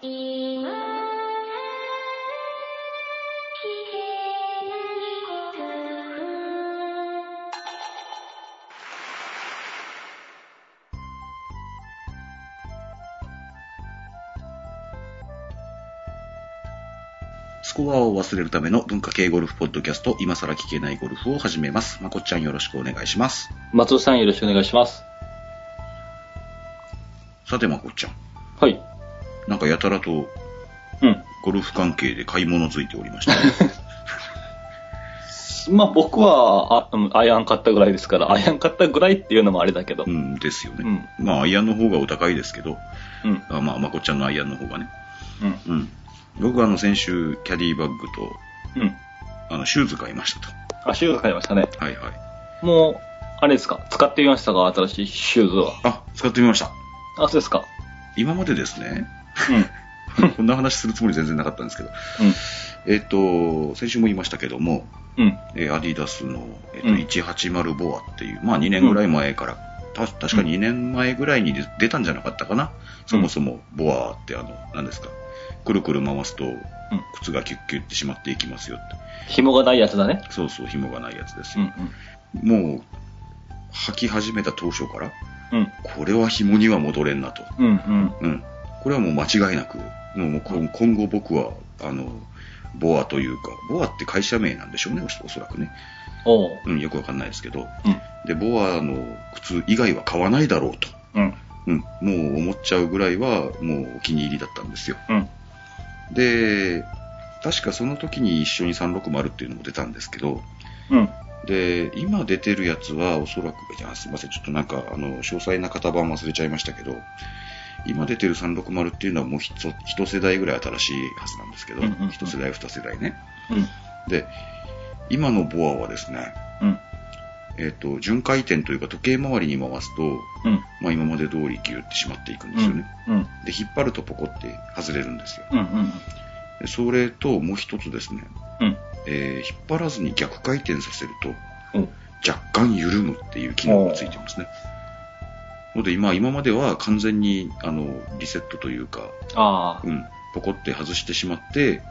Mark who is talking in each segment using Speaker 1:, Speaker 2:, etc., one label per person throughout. Speaker 1: 今聞けないこと
Speaker 2: スコアを忘れるための文化系ゴルフポッドキャスト、今更聞けないゴルフを始めます。まこっちゃんよろしくお願いします。
Speaker 3: 松尾さんよろしくお願いします。
Speaker 2: さてまこっちゃん、
Speaker 3: はい。
Speaker 2: なんかやたらと
Speaker 3: うん。
Speaker 2: ゴルフ関係で買い物づいておりました、
Speaker 3: まあ僕は、あうんアイアン買ったぐらいですから、アイアン買ったぐらいっていうのもあれだけど。う。
Speaker 2: うんんですよ
Speaker 3: う
Speaker 2: ね。
Speaker 3: ん。
Speaker 2: まあ、アイアンの方がお高いですけど、
Speaker 3: うん。
Speaker 2: あまあ、まこっちゃんのアイアンの方がね。うん。僕はあの、先週、キャディバッグと、
Speaker 3: うん。
Speaker 2: あの、シューズ買いましたと。
Speaker 3: あ、シューズ買いましたね。
Speaker 2: はいはい。
Speaker 3: もう、あれですか使ってみましたか新しいシューズは。
Speaker 2: あ、使ってみました。
Speaker 3: あ、そうですか。
Speaker 2: 今までです ね、
Speaker 3: うん。
Speaker 2: こんな話するつもり全然なかったんですけど、えっ、と、先週も言いましたけども、
Speaker 3: うん。うん。
Speaker 2: えーアディダスの、えー
Speaker 3: うん
Speaker 2: と180ボアっていう、まあ2年ぐらい前から、た確か
Speaker 3: うん
Speaker 2: 2年前ぐらいに出出たんじゃなかったかな、そもそもボアってあの、何ですか、くるくる回すと、靴がキュッキュッてしまっていきますよって、
Speaker 3: 紐がないやつだね。
Speaker 2: そうそう、紐がないやつです
Speaker 3: うん
Speaker 2: よ。。もう、履き始めた当初から、
Speaker 3: うん。
Speaker 2: これは紐には戻れんなと。
Speaker 3: うん。うん。
Speaker 2: うん。これはもう間違いなく、もうもうこ今後僕は、あの、ボアというか、ボアって会社名なんでしょうね、おそおそらくね。
Speaker 3: おう。
Speaker 2: うん、よくわかんないですけど、
Speaker 3: うん。
Speaker 2: で、ボアの靴以外は買わないだろうと、
Speaker 3: うん。
Speaker 2: うん、もう思っちゃうぐらいは、もうお気に入りだったんですよ。
Speaker 3: うん。
Speaker 2: で、確かその時に一緒に360っていうのも出たんですけど、
Speaker 3: うん。
Speaker 2: で、今出てるやつはおそらく、いや、すいません、ちょっとなんか、あの、詳細な型番忘れちゃいましたけど、今出てる360っていうのはもう一つ一世代ぐらい新しいはずなんですけど、
Speaker 3: うんうんうん
Speaker 2: 一世代、二世代ね。
Speaker 3: うん。
Speaker 2: で、今のボアはですね、
Speaker 3: うん。
Speaker 2: えっ、と、巡回転というか時計回りに回すと、
Speaker 3: うん。
Speaker 2: まあ、今まで通りギュってしまっていくんで
Speaker 3: う
Speaker 2: すよ
Speaker 3: ん
Speaker 2: ね、。
Speaker 3: うん。
Speaker 2: で引っ張るとポコって外れるんですよ
Speaker 3: うん。うん。
Speaker 2: でそれともう一つですね、
Speaker 3: うん。
Speaker 2: えー引っ張らずに逆回転させると
Speaker 3: うん。
Speaker 2: 若干緩むっていう機能がついてますねので今今までは完全にあのリセットというか、
Speaker 3: ああ。
Speaker 2: うん、ポコって外してしまって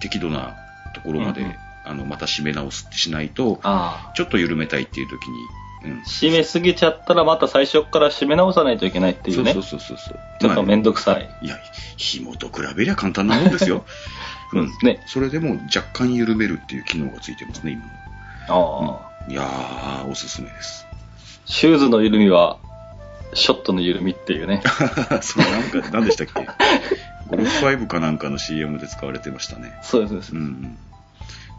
Speaker 2: 適度なところまで、
Speaker 3: うんうん
Speaker 2: あのまた締め直すってしないと
Speaker 3: ああ。
Speaker 2: ちょっと緩めたいっていう時に、うん、
Speaker 3: 締めすぎちゃったらまた最初から締め直さないといけないっていうね。
Speaker 2: そうそうそうそう
Speaker 3: ちょっとめんどくさい。
Speaker 2: いや、紐と比べりゃ簡単なもんですよ。
Speaker 3: そうですね。
Speaker 2: それでも若干緩めるっていう機能がついてますね、今の。
Speaker 3: ああ。
Speaker 2: いやー、おすすめです。
Speaker 3: シューズの緩みは、ショットの緩みっていうね。
Speaker 2: それなんか、何でしたっけゴルフ5かなんかの CM で使われてましたね。
Speaker 3: そうです、そうです
Speaker 2: うん、うん。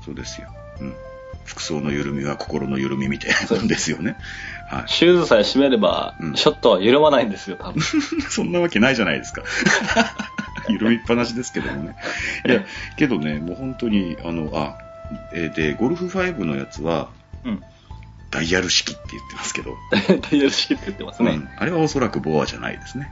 Speaker 2: そうですよ。うん。服装の緩みは心の緩みみたいなんですよね。はい。
Speaker 3: シューズさえ締めれば
Speaker 2: う、ん
Speaker 3: ショットは緩まないんですよ、多分。
Speaker 2: そんなわけないじゃないですか。 緩みっぱなしですけどもね。いや、けどね、もう本当に、あの、あ、えーで、ゴルフ5のやつは、
Speaker 3: うん。
Speaker 2: ダイヤル式って言ってますけど、
Speaker 3: 大丈夫しって言ってますね。
Speaker 2: うんあれはおそらくボアじゃないですね。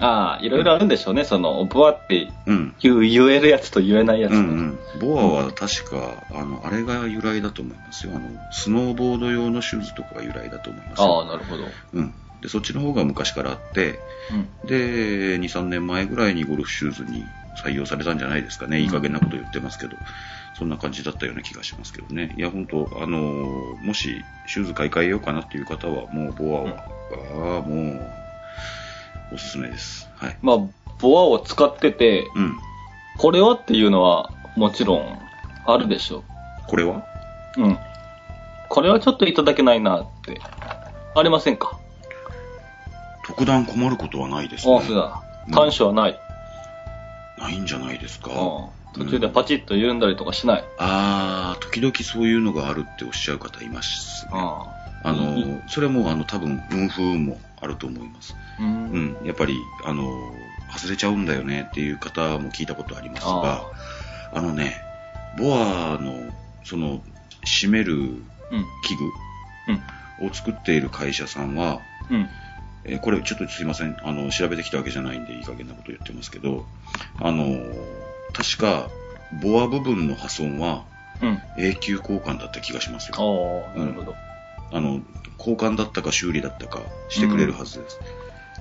Speaker 3: ああ、いろいろあるんでしょうね、その、ボアって
Speaker 2: うん。
Speaker 3: 言う言えるやつと言えないやつ
Speaker 2: う
Speaker 3: と。
Speaker 2: んうん、ボアは確か、あの、あれが由来だと思いますよ。あの、スノーボード用のシューズとかが由来だと思います
Speaker 3: あ
Speaker 2: よ。
Speaker 3: あ、なるほど。
Speaker 2: うん。で、そっちの方が昔からあって、
Speaker 3: うん。
Speaker 2: で、2、3年前ぐらいにゴルフシューズに採用されたんじゃないですかね。いい加減なこと言ってますけど、そんな感じだったような気がしますけどね。いや、本当あのーもしシューズ買い替えようかなっていう方は、もうボアは、ああ、もう、おすすめです。はい。
Speaker 3: まあ、ボアを使ってて、
Speaker 2: うん。
Speaker 3: これはっていうのは、もちろん、あるでしょ
Speaker 2: これは
Speaker 3: う。うん。これはちょっといただけないなって。ありませんか
Speaker 2: 特段困ることはないです
Speaker 3: ああ、そう
Speaker 2: ね。
Speaker 3: だ。短所はない。
Speaker 2: ないんじゃないですか。
Speaker 3: うん。途中でパチッと緩んだりとかしない。
Speaker 2: ああ、時々そういうのがあるっておっしゃる方いますね。あ
Speaker 3: あ
Speaker 2: の
Speaker 3: いい
Speaker 2: ー、それもあの多分、分不運もあると思います。
Speaker 3: あ。うん
Speaker 2: うん、やっぱり、あのー、外れちゃうんだよねっていう方も聞いたことありますが、
Speaker 3: あ
Speaker 2: あのね、ボアの、その、締める
Speaker 3: あ。うん。
Speaker 2: 器具を作っている会社さんは、
Speaker 3: うん。
Speaker 2: えーこれちょっとすいません、あの、調べてきたわけじゃないんでいい加減なこと言ってますけど、あのー、確か、ボア部分の破損は
Speaker 3: うん。
Speaker 2: 永久交換だった気がしますよ。
Speaker 3: ああ、なるほど。
Speaker 2: あの、交換だったか修理だったかしてくれるはずです。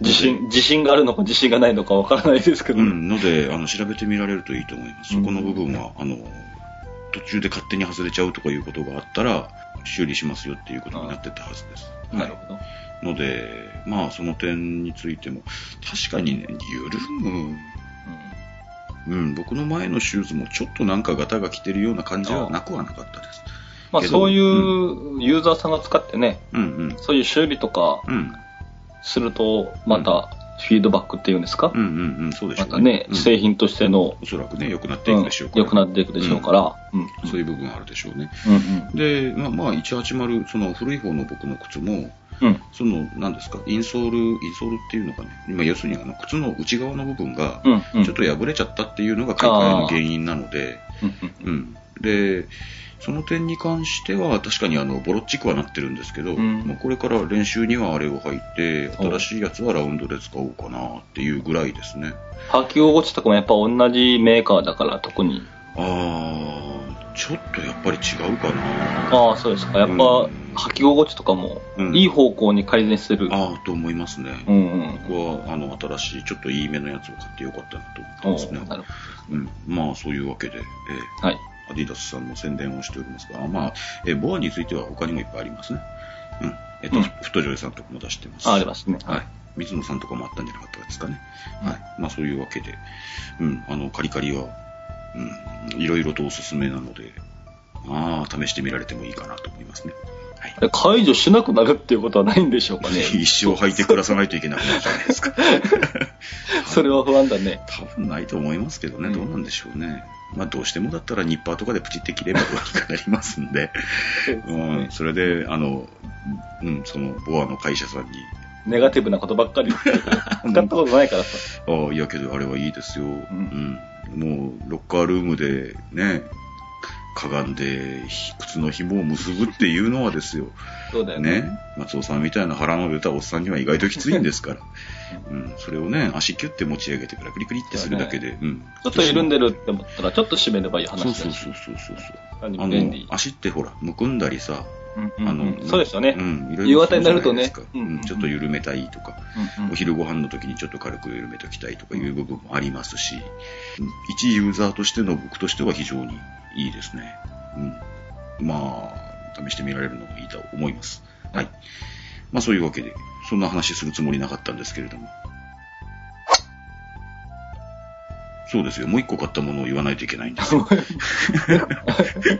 Speaker 3: 自信、自信があるのか自信がないのかわからないですけど、
Speaker 2: うん、のであの調べてみられるといいと思います、
Speaker 3: うん
Speaker 2: そこの部分はあの途中で勝手に外れちゃうとかいうことがあったら修理しますよっていうことになってたはずです、
Speaker 3: なる
Speaker 2: は
Speaker 3: ほど。
Speaker 2: いのでまあその点についても確かにね緩むうん、僕の前のシューズもちょっとなんかガタが来てるような感じはなくはなかったです。
Speaker 3: まあ
Speaker 2: けど
Speaker 3: そういうユーザーさんが使ってね、
Speaker 2: うん
Speaker 3: そういう修理とか
Speaker 2: うん。うん。
Speaker 3: すると、またフィードバックっていうんですか、
Speaker 2: うんうんうん。そうでしょ
Speaker 3: ま
Speaker 2: う
Speaker 3: たね、
Speaker 2: うん
Speaker 3: 製品としての、
Speaker 2: おそらくね、良くなってい
Speaker 3: うん
Speaker 2: くでしょうから。
Speaker 3: 良くなっていくでしょうから、うん。
Speaker 2: そういう部分はあるでしょうね。
Speaker 3: うん
Speaker 2: で、まあ、まあ、180、その古い方の僕の靴も、
Speaker 3: うん。うん。
Speaker 2: その、なんですか、インソール、インソールっていうのかね、今、要するにあの靴の内側の部分が、
Speaker 3: うん。うん。
Speaker 2: ちょっと破れちゃったっていうのが買い替えの原因なので、
Speaker 3: うん
Speaker 2: うん。で、その点に関しては、確かにあの、ボロっちくはなってるるんですけど、
Speaker 3: うん
Speaker 2: まあこれから練習にはあれを履いて、
Speaker 3: お
Speaker 2: 新しいやつはラウンドで使おうかなっていうぐらいですね。
Speaker 3: 履き心地とかもやっぱ同じメーカーだから特に。
Speaker 2: あー、ちょっとやっぱり違うかな。
Speaker 3: ああ、そうですか。やっぱ
Speaker 2: うん
Speaker 3: 履き心地とかも
Speaker 2: うん
Speaker 3: いい方向に改善する。
Speaker 2: あー、と思いますね。
Speaker 3: うんうん。
Speaker 2: 僕は、あの、新しい、ちょっといい目のやつを買ってよかったなと
Speaker 3: お
Speaker 2: 思
Speaker 3: う
Speaker 2: ってます
Speaker 3: な
Speaker 2: ね。
Speaker 3: るほ
Speaker 2: うん。まあ、そういうわけで、え
Speaker 3: ど。はい。
Speaker 2: ーアディダスさんの宣伝をしておりますが、まあ、えーボアについては他にもいっぱいありますね。うん。えっ、と、
Speaker 3: うん
Speaker 2: フトジョイさんとかも出してます。
Speaker 3: あありますね。
Speaker 2: はい。水野さんとかもあったんじゃなかったですかね。
Speaker 3: うん
Speaker 2: はい。まあそういうわけで、うん、あの、カリカリは、うん、いろいろとおすすめなので、まあ、試してみられてもいいかなと思いますね。はい。
Speaker 3: あれ解除しなくなるっていうことはないんでしょうかね。
Speaker 2: 一生 履いて暮らさないといけなくなるじゃ ないですか。
Speaker 3: それは不安だね。
Speaker 2: 多分ないと思いますけどね、
Speaker 3: うん
Speaker 2: どうなんでしょうね。まあどうしてもだったらニッパーとかでプチって切ればどうにかなりますんで、うん、それで、あの、うん、その、ボアの会社さんに、
Speaker 3: ネガティブなことば っかり使ったことないからさ。
Speaker 2: ああ、いやけどあれはいいですよ。うん
Speaker 3: ん。
Speaker 2: もう、ロッカールームでね、かがんで、ひ靴の紐を結ぶっていうのはですよ。
Speaker 3: そうだよね。
Speaker 2: ね。松尾さんみたいな腹の出たおっさんには意外ときついんですから。 うん。それをね、足キュッて持ち上げてからクリクリってするだけで。うん。
Speaker 3: ちょっと緩んでるって思ったら、ちょっと締めればいい話
Speaker 2: そう
Speaker 3: だし。
Speaker 2: そうそうそうそうそう。
Speaker 3: 何
Speaker 2: あ
Speaker 3: も便
Speaker 2: の
Speaker 3: 利、。
Speaker 2: 足ってほら、むくんだりさ、
Speaker 3: うん
Speaker 2: あ
Speaker 3: うん
Speaker 2: の、
Speaker 3: うんそうですよね
Speaker 2: う。ん、いろいろ
Speaker 3: 夕方になるとね
Speaker 2: そうじゃ
Speaker 3: うん
Speaker 2: ないですかうんちょっと緩めたいとか、
Speaker 3: うんうん
Speaker 2: お昼ご飯の時にちょっと軽く緩めときたいとかいう部分もありますし、うん一ユーザーとしての僕としては非常にいいですね。うん、まあ、試してみられるのもいいと思います。はい。まあそういうわけで、そんな話するつもりなかったんですけれども。そうですよ。もう一個買ったものを言わないといけないんですよ。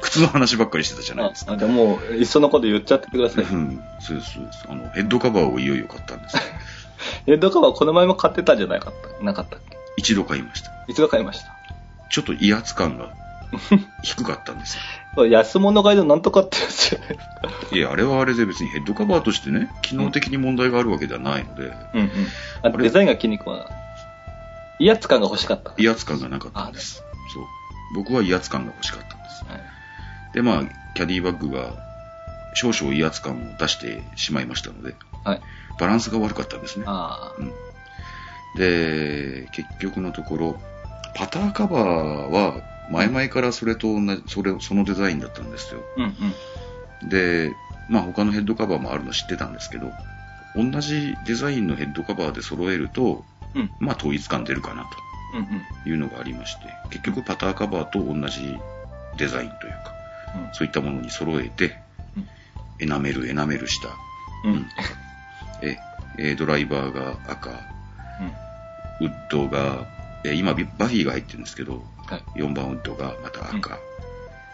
Speaker 2: 靴の話ばっかりしてたじゃない
Speaker 3: あ
Speaker 2: ですか。
Speaker 3: あでもう、いっそのこと言っちゃってくだ さ
Speaker 2: う
Speaker 3: い。
Speaker 2: ん、そうです、そうです。あの、ヘッドカバーをいよいよ買ったんです。
Speaker 3: え、だからこの前も買ってたんじゃないかった、なかったっけ
Speaker 2: 一度買いました。
Speaker 3: いつが買いました
Speaker 2: ちょっと威圧感 が低かったんですよ。
Speaker 3: これ安物買いのなんとかってやつじゃないですか。
Speaker 2: いや、あれはあれで別にヘッドカバーとしてね、機能的に問題があるわけではないので、
Speaker 3: うんうん。あ
Speaker 2: あれ
Speaker 3: デザインが気に食わない。威圧感が欲しかった。
Speaker 2: 威圧感がなかったんです。そう。僕は威圧感が欲しかったんです。
Speaker 3: はい
Speaker 2: で、まあ、キャディバッグが少々威圧感を出してしまいましたので、
Speaker 3: はい。
Speaker 2: バランスが悪かったんですね。
Speaker 3: ああ。
Speaker 2: で、結局のところ、パターカバーは前々からそれと同じ、それ、そのデザインだったんですよ。
Speaker 3: うんうん。
Speaker 2: で、まあ他のヘッドカバーもあるの知ってたんですけど、同じデザインのヘッドカバーで揃えると、
Speaker 3: うん
Speaker 2: まあ統一感出るかな
Speaker 3: うんうん。
Speaker 2: というのがありまして、結局パターカバーと同じデザインというか、そういったものに揃えて、
Speaker 3: うん
Speaker 2: エナメル、エナメルした、
Speaker 3: うん。うん。
Speaker 2: うんえ、えードライバーが赤、
Speaker 3: うん
Speaker 2: ウッドが、えー今ビバフィーが入ってるんですけど、
Speaker 3: はい
Speaker 2: 4番ウッドがまた赤、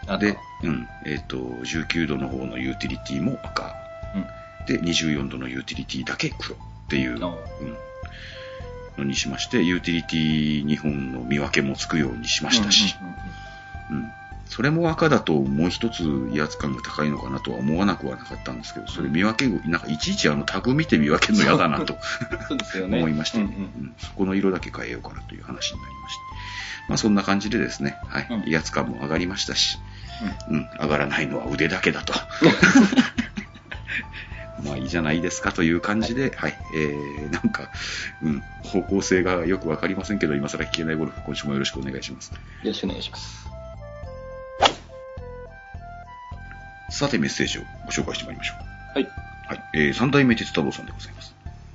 Speaker 3: あと
Speaker 2: で、うん、えっ、と、19度の方のユーティリティも赤。
Speaker 3: うん
Speaker 2: で、24度のユーティリティだけ黒っていう、うん、
Speaker 3: あ
Speaker 2: のにしまして、ユーティリティ2本の見分けもつくようにしましたし、
Speaker 3: うんうんうんう
Speaker 2: う
Speaker 3: ん
Speaker 2: んそれも赤だともう一つ威圧感が高いのかなとは思わなくはなかったんですけど、それ見分け、なんかいちいちあのタグ見て見分けるの嫌だなと
Speaker 3: そうですよね。
Speaker 2: 思いまして、
Speaker 3: うん
Speaker 2: ね
Speaker 3: う
Speaker 2: うんんこの色だけ変えようかなという話になりまして、まあ、そんな感じでですね、はい
Speaker 3: うん
Speaker 2: 威圧感も上がりましたし、うん、上がらないのは腕だけ だと。まあいいじゃないですかという感じで、はい、えー、なんか、うん、方向性がよくわかりませんけど、今更聞けないゴルフ、今週もよろしくお願いします。
Speaker 3: よろしくお願いします。
Speaker 2: さて、メッセージをご紹介してまいりましょう。
Speaker 3: はい。
Speaker 2: はい、えー、三代目鉄太郎さんでございます。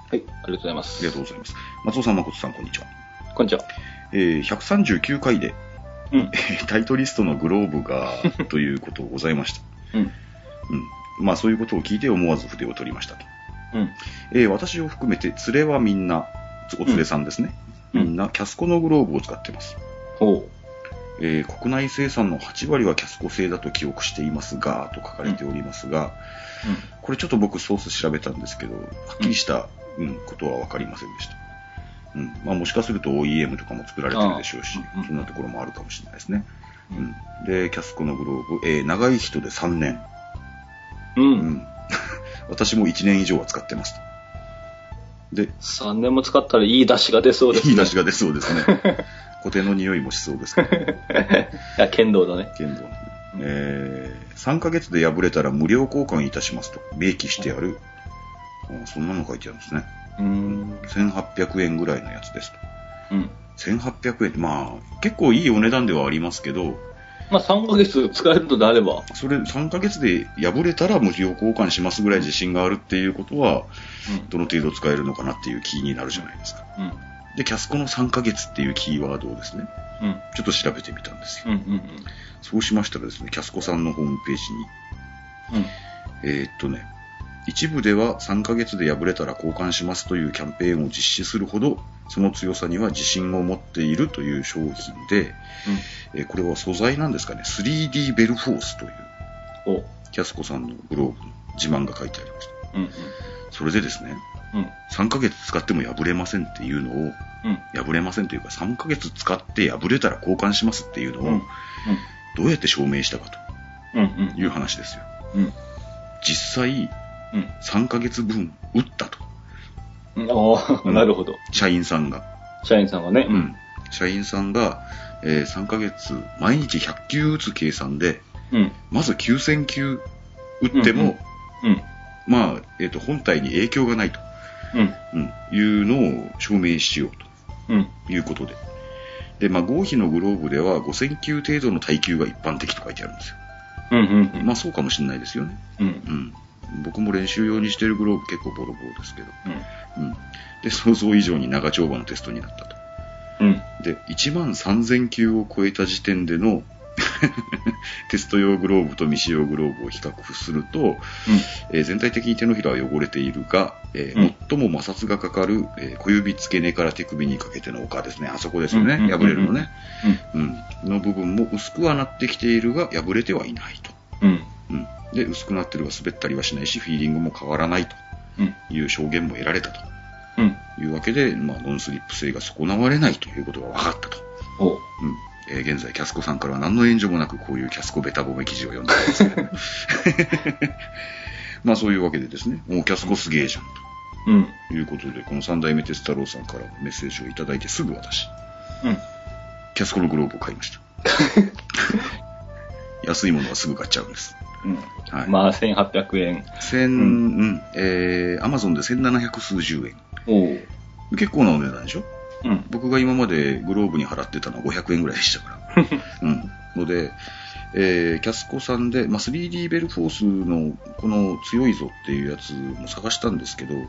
Speaker 3: はい、ありがとうございます。
Speaker 2: りがとうございます。松尾さん、誠さん、こんにちは。
Speaker 3: こんにちは。
Speaker 2: えー139回で、
Speaker 3: うん。
Speaker 2: タイトリストのグローブが、ということございました。
Speaker 3: うん。
Speaker 2: うん。まあ、そういうことを聞いて思わず筆を取りましたと。
Speaker 3: うん。
Speaker 2: えー私を含めて、連れはみんな、お連れさんですね。
Speaker 3: うん
Speaker 2: みんな、キャスコのグローブを使ってます。
Speaker 3: ほ
Speaker 2: えー国内生産の8割はキャスコ製だと記憶していますが、と書かれておりますが、
Speaker 3: う。うん。
Speaker 2: これちょっと僕ソース調べたんですけど、はっきりした、うん、ことは分かりませんでした。うんまあ、もしかすると OEM とかも作られてるでしょうし
Speaker 3: ああうんう、ん
Speaker 2: そんなところもあるかもしれないですね。
Speaker 3: う
Speaker 2: うん
Speaker 3: ん、
Speaker 2: で、キャスコのグローブ、えー長い人で3年。
Speaker 3: う。
Speaker 2: うんん、 私も1年以上は使って ますと。で、
Speaker 3: 3年も使ったらいい出汁が出そう です、ね。
Speaker 2: いい出しが出そうですね。固定の匂いもしそうですけど、
Speaker 3: いや、剣道だね。
Speaker 2: 剣道のね。えー、3ヶ月で破れたら無料交換いたしますと明記してある。あそんなの書いてあるんですね。
Speaker 3: うん。
Speaker 2: 1800円ぐらいのやつですと。
Speaker 3: うん。
Speaker 2: 1800円って、まあ、結構いいお値段ではありますけど、
Speaker 3: まあ、3ヶ月使えるのであれば。
Speaker 2: それ3ヶ月で破れたら無料交換しますぐらい自信があるっていうことは、どの程度使えるのかなっていう気になるじゃないですか。
Speaker 3: うん。
Speaker 2: で、キャスコの3ヶ月っていうキーワードをですね、
Speaker 3: うん。
Speaker 2: ちょっと調べてみたんですよ。
Speaker 3: うん。うん。うん。
Speaker 2: そうしましたらですね、キャスコさんのホームページに、えーっとね、一部では3ヶ月で破れたら交換しますというキャンペーンを実施するほど、その強さには自信を持っているという商品で、えーこれは素材なんですかね、3D ベルフォースという
Speaker 3: うん。お。
Speaker 2: キャスコさんのグローブの自慢が書いてありました。
Speaker 3: うん。
Speaker 2: それでですね、
Speaker 3: うん。
Speaker 2: 3ヶ月使っても破れませんっていうのを、
Speaker 3: うん。
Speaker 2: 破れませんというか、3ヶ月使って破れたら交換しますっていうの
Speaker 3: うん。うん
Speaker 2: を、。どうやって証明したか
Speaker 3: うん。
Speaker 2: という話ですよ。
Speaker 3: うん。
Speaker 2: 実際、
Speaker 3: うん。
Speaker 2: 3ヶ月分打ったと、
Speaker 3: うん。ああ、なるほど。
Speaker 2: 社員さんが。
Speaker 3: 社員さんがね。
Speaker 2: うん。社員さんが、えー3ヶ月、毎日100球打つ計算で、
Speaker 3: うん。
Speaker 2: まず9000球打っても、
Speaker 3: うん。
Speaker 2: まあ、えっ、と、本体に影響がないと、
Speaker 3: うん。
Speaker 2: うん、いうのを証明しよう
Speaker 3: うん。
Speaker 2: ということで。で、まあ、合否のグローブでは5000球程度の耐久が一般的と書いてあるんですよ。
Speaker 3: うん。うん。
Speaker 2: まあ、そうかもしれないですよね。
Speaker 3: うん。
Speaker 2: うん。僕も練習用にしてるグローブ結構ボロボロですけど。
Speaker 3: うん。
Speaker 2: うん。で、想像以上に長丁場のテストになったと。
Speaker 3: うん。
Speaker 2: で、1万3000球を超えた時点での テスト用グローブと未使用グローブを比較すると、えー全体的に手のひらは汚れているが、えー
Speaker 3: うん
Speaker 2: 最も摩擦がかかる、えー小指付け根から手首にかけての丘ですね、あそこですよね、
Speaker 3: うんうんうんう
Speaker 2: 破
Speaker 3: ん
Speaker 2: れるのね、うん、の部分も薄くはなってきているが、破れてはいないと。
Speaker 3: うん。
Speaker 2: うん、で、薄くなってるが滑ったりはしないし、フィーリングも変わらないと
Speaker 3: うん。
Speaker 2: いう証言も得られたと
Speaker 3: うん。
Speaker 2: いうわけで、まあ、ノンスリップ性が損なわれないということが分かったと。
Speaker 3: お。
Speaker 2: うんえー現在、キャスコさんからは何の援助もなく、こういうキャスコベタ褒め記事を読んでるんですけど、 まあそういうわけでですね、もうキャスコすげえじゃん
Speaker 3: うん。
Speaker 2: ということで、この三代目鉄太郎さんからメッセージをいただいてすぐ私、
Speaker 3: うん。
Speaker 2: キャスコのグローブを買いま した。安いものはすぐ買っちゃうんです。
Speaker 3: うん
Speaker 2: はい
Speaker 3: まあ、1800円。
Speaker 2: 千、
Speaker 3: ん
Speaker 2: うん、えー、アマゾンで1700数十円。
Speaker 3: おお。
Speaker 2: 結構なお値段でしょ
Speaker 3: うん。
Speaker 2: 僕が今までグローブに払ってたのは500円ぐらいでした から。うん。ので、えーキャスコさんで、まあ、3D ベルフォースのこの強いぞっていうやつも探したんですけど、
Speaker 3: うん。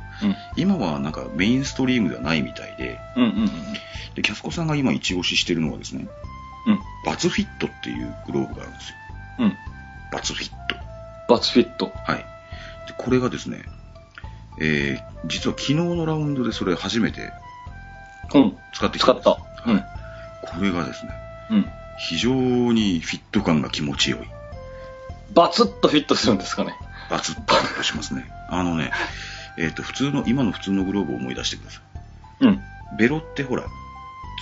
Speaker 2: 今はなんかメインストリームではないみたいで、
Speaker 3: うん。うん。
Speaker 2: でキャスコさんが今一押ししてるのはですね、
Speaker 3: うん。
Speaker 2: バツフィットっていうグローブがあるんですよ。
Speaker 3: うん。
Speaker 2: バツフィット。
Speaker 3: バツフィット。
Speaker 2: はい。でこれがですね、えー実は昨日のラウンドでそれ初めて
Speaker 3: うん。
Speaker 2: 使ってきたん
Speaker 3: 使っ
Speaker 2: です。
Speaker 3: た。うん。
Speaker 2: これがですね、
Speaker 3: うん。
Speaker 2: 非常にフィット感が気持ちよい。
Speaker 3: バツッとフィットするんですかね。
Speaker 2: バツッとフィットしますね。あのね、えっ、と、普通の、今の普通のグローブを思い出してくださ
Speaker 3: うん。
Speaker 2: い。ベロってほら、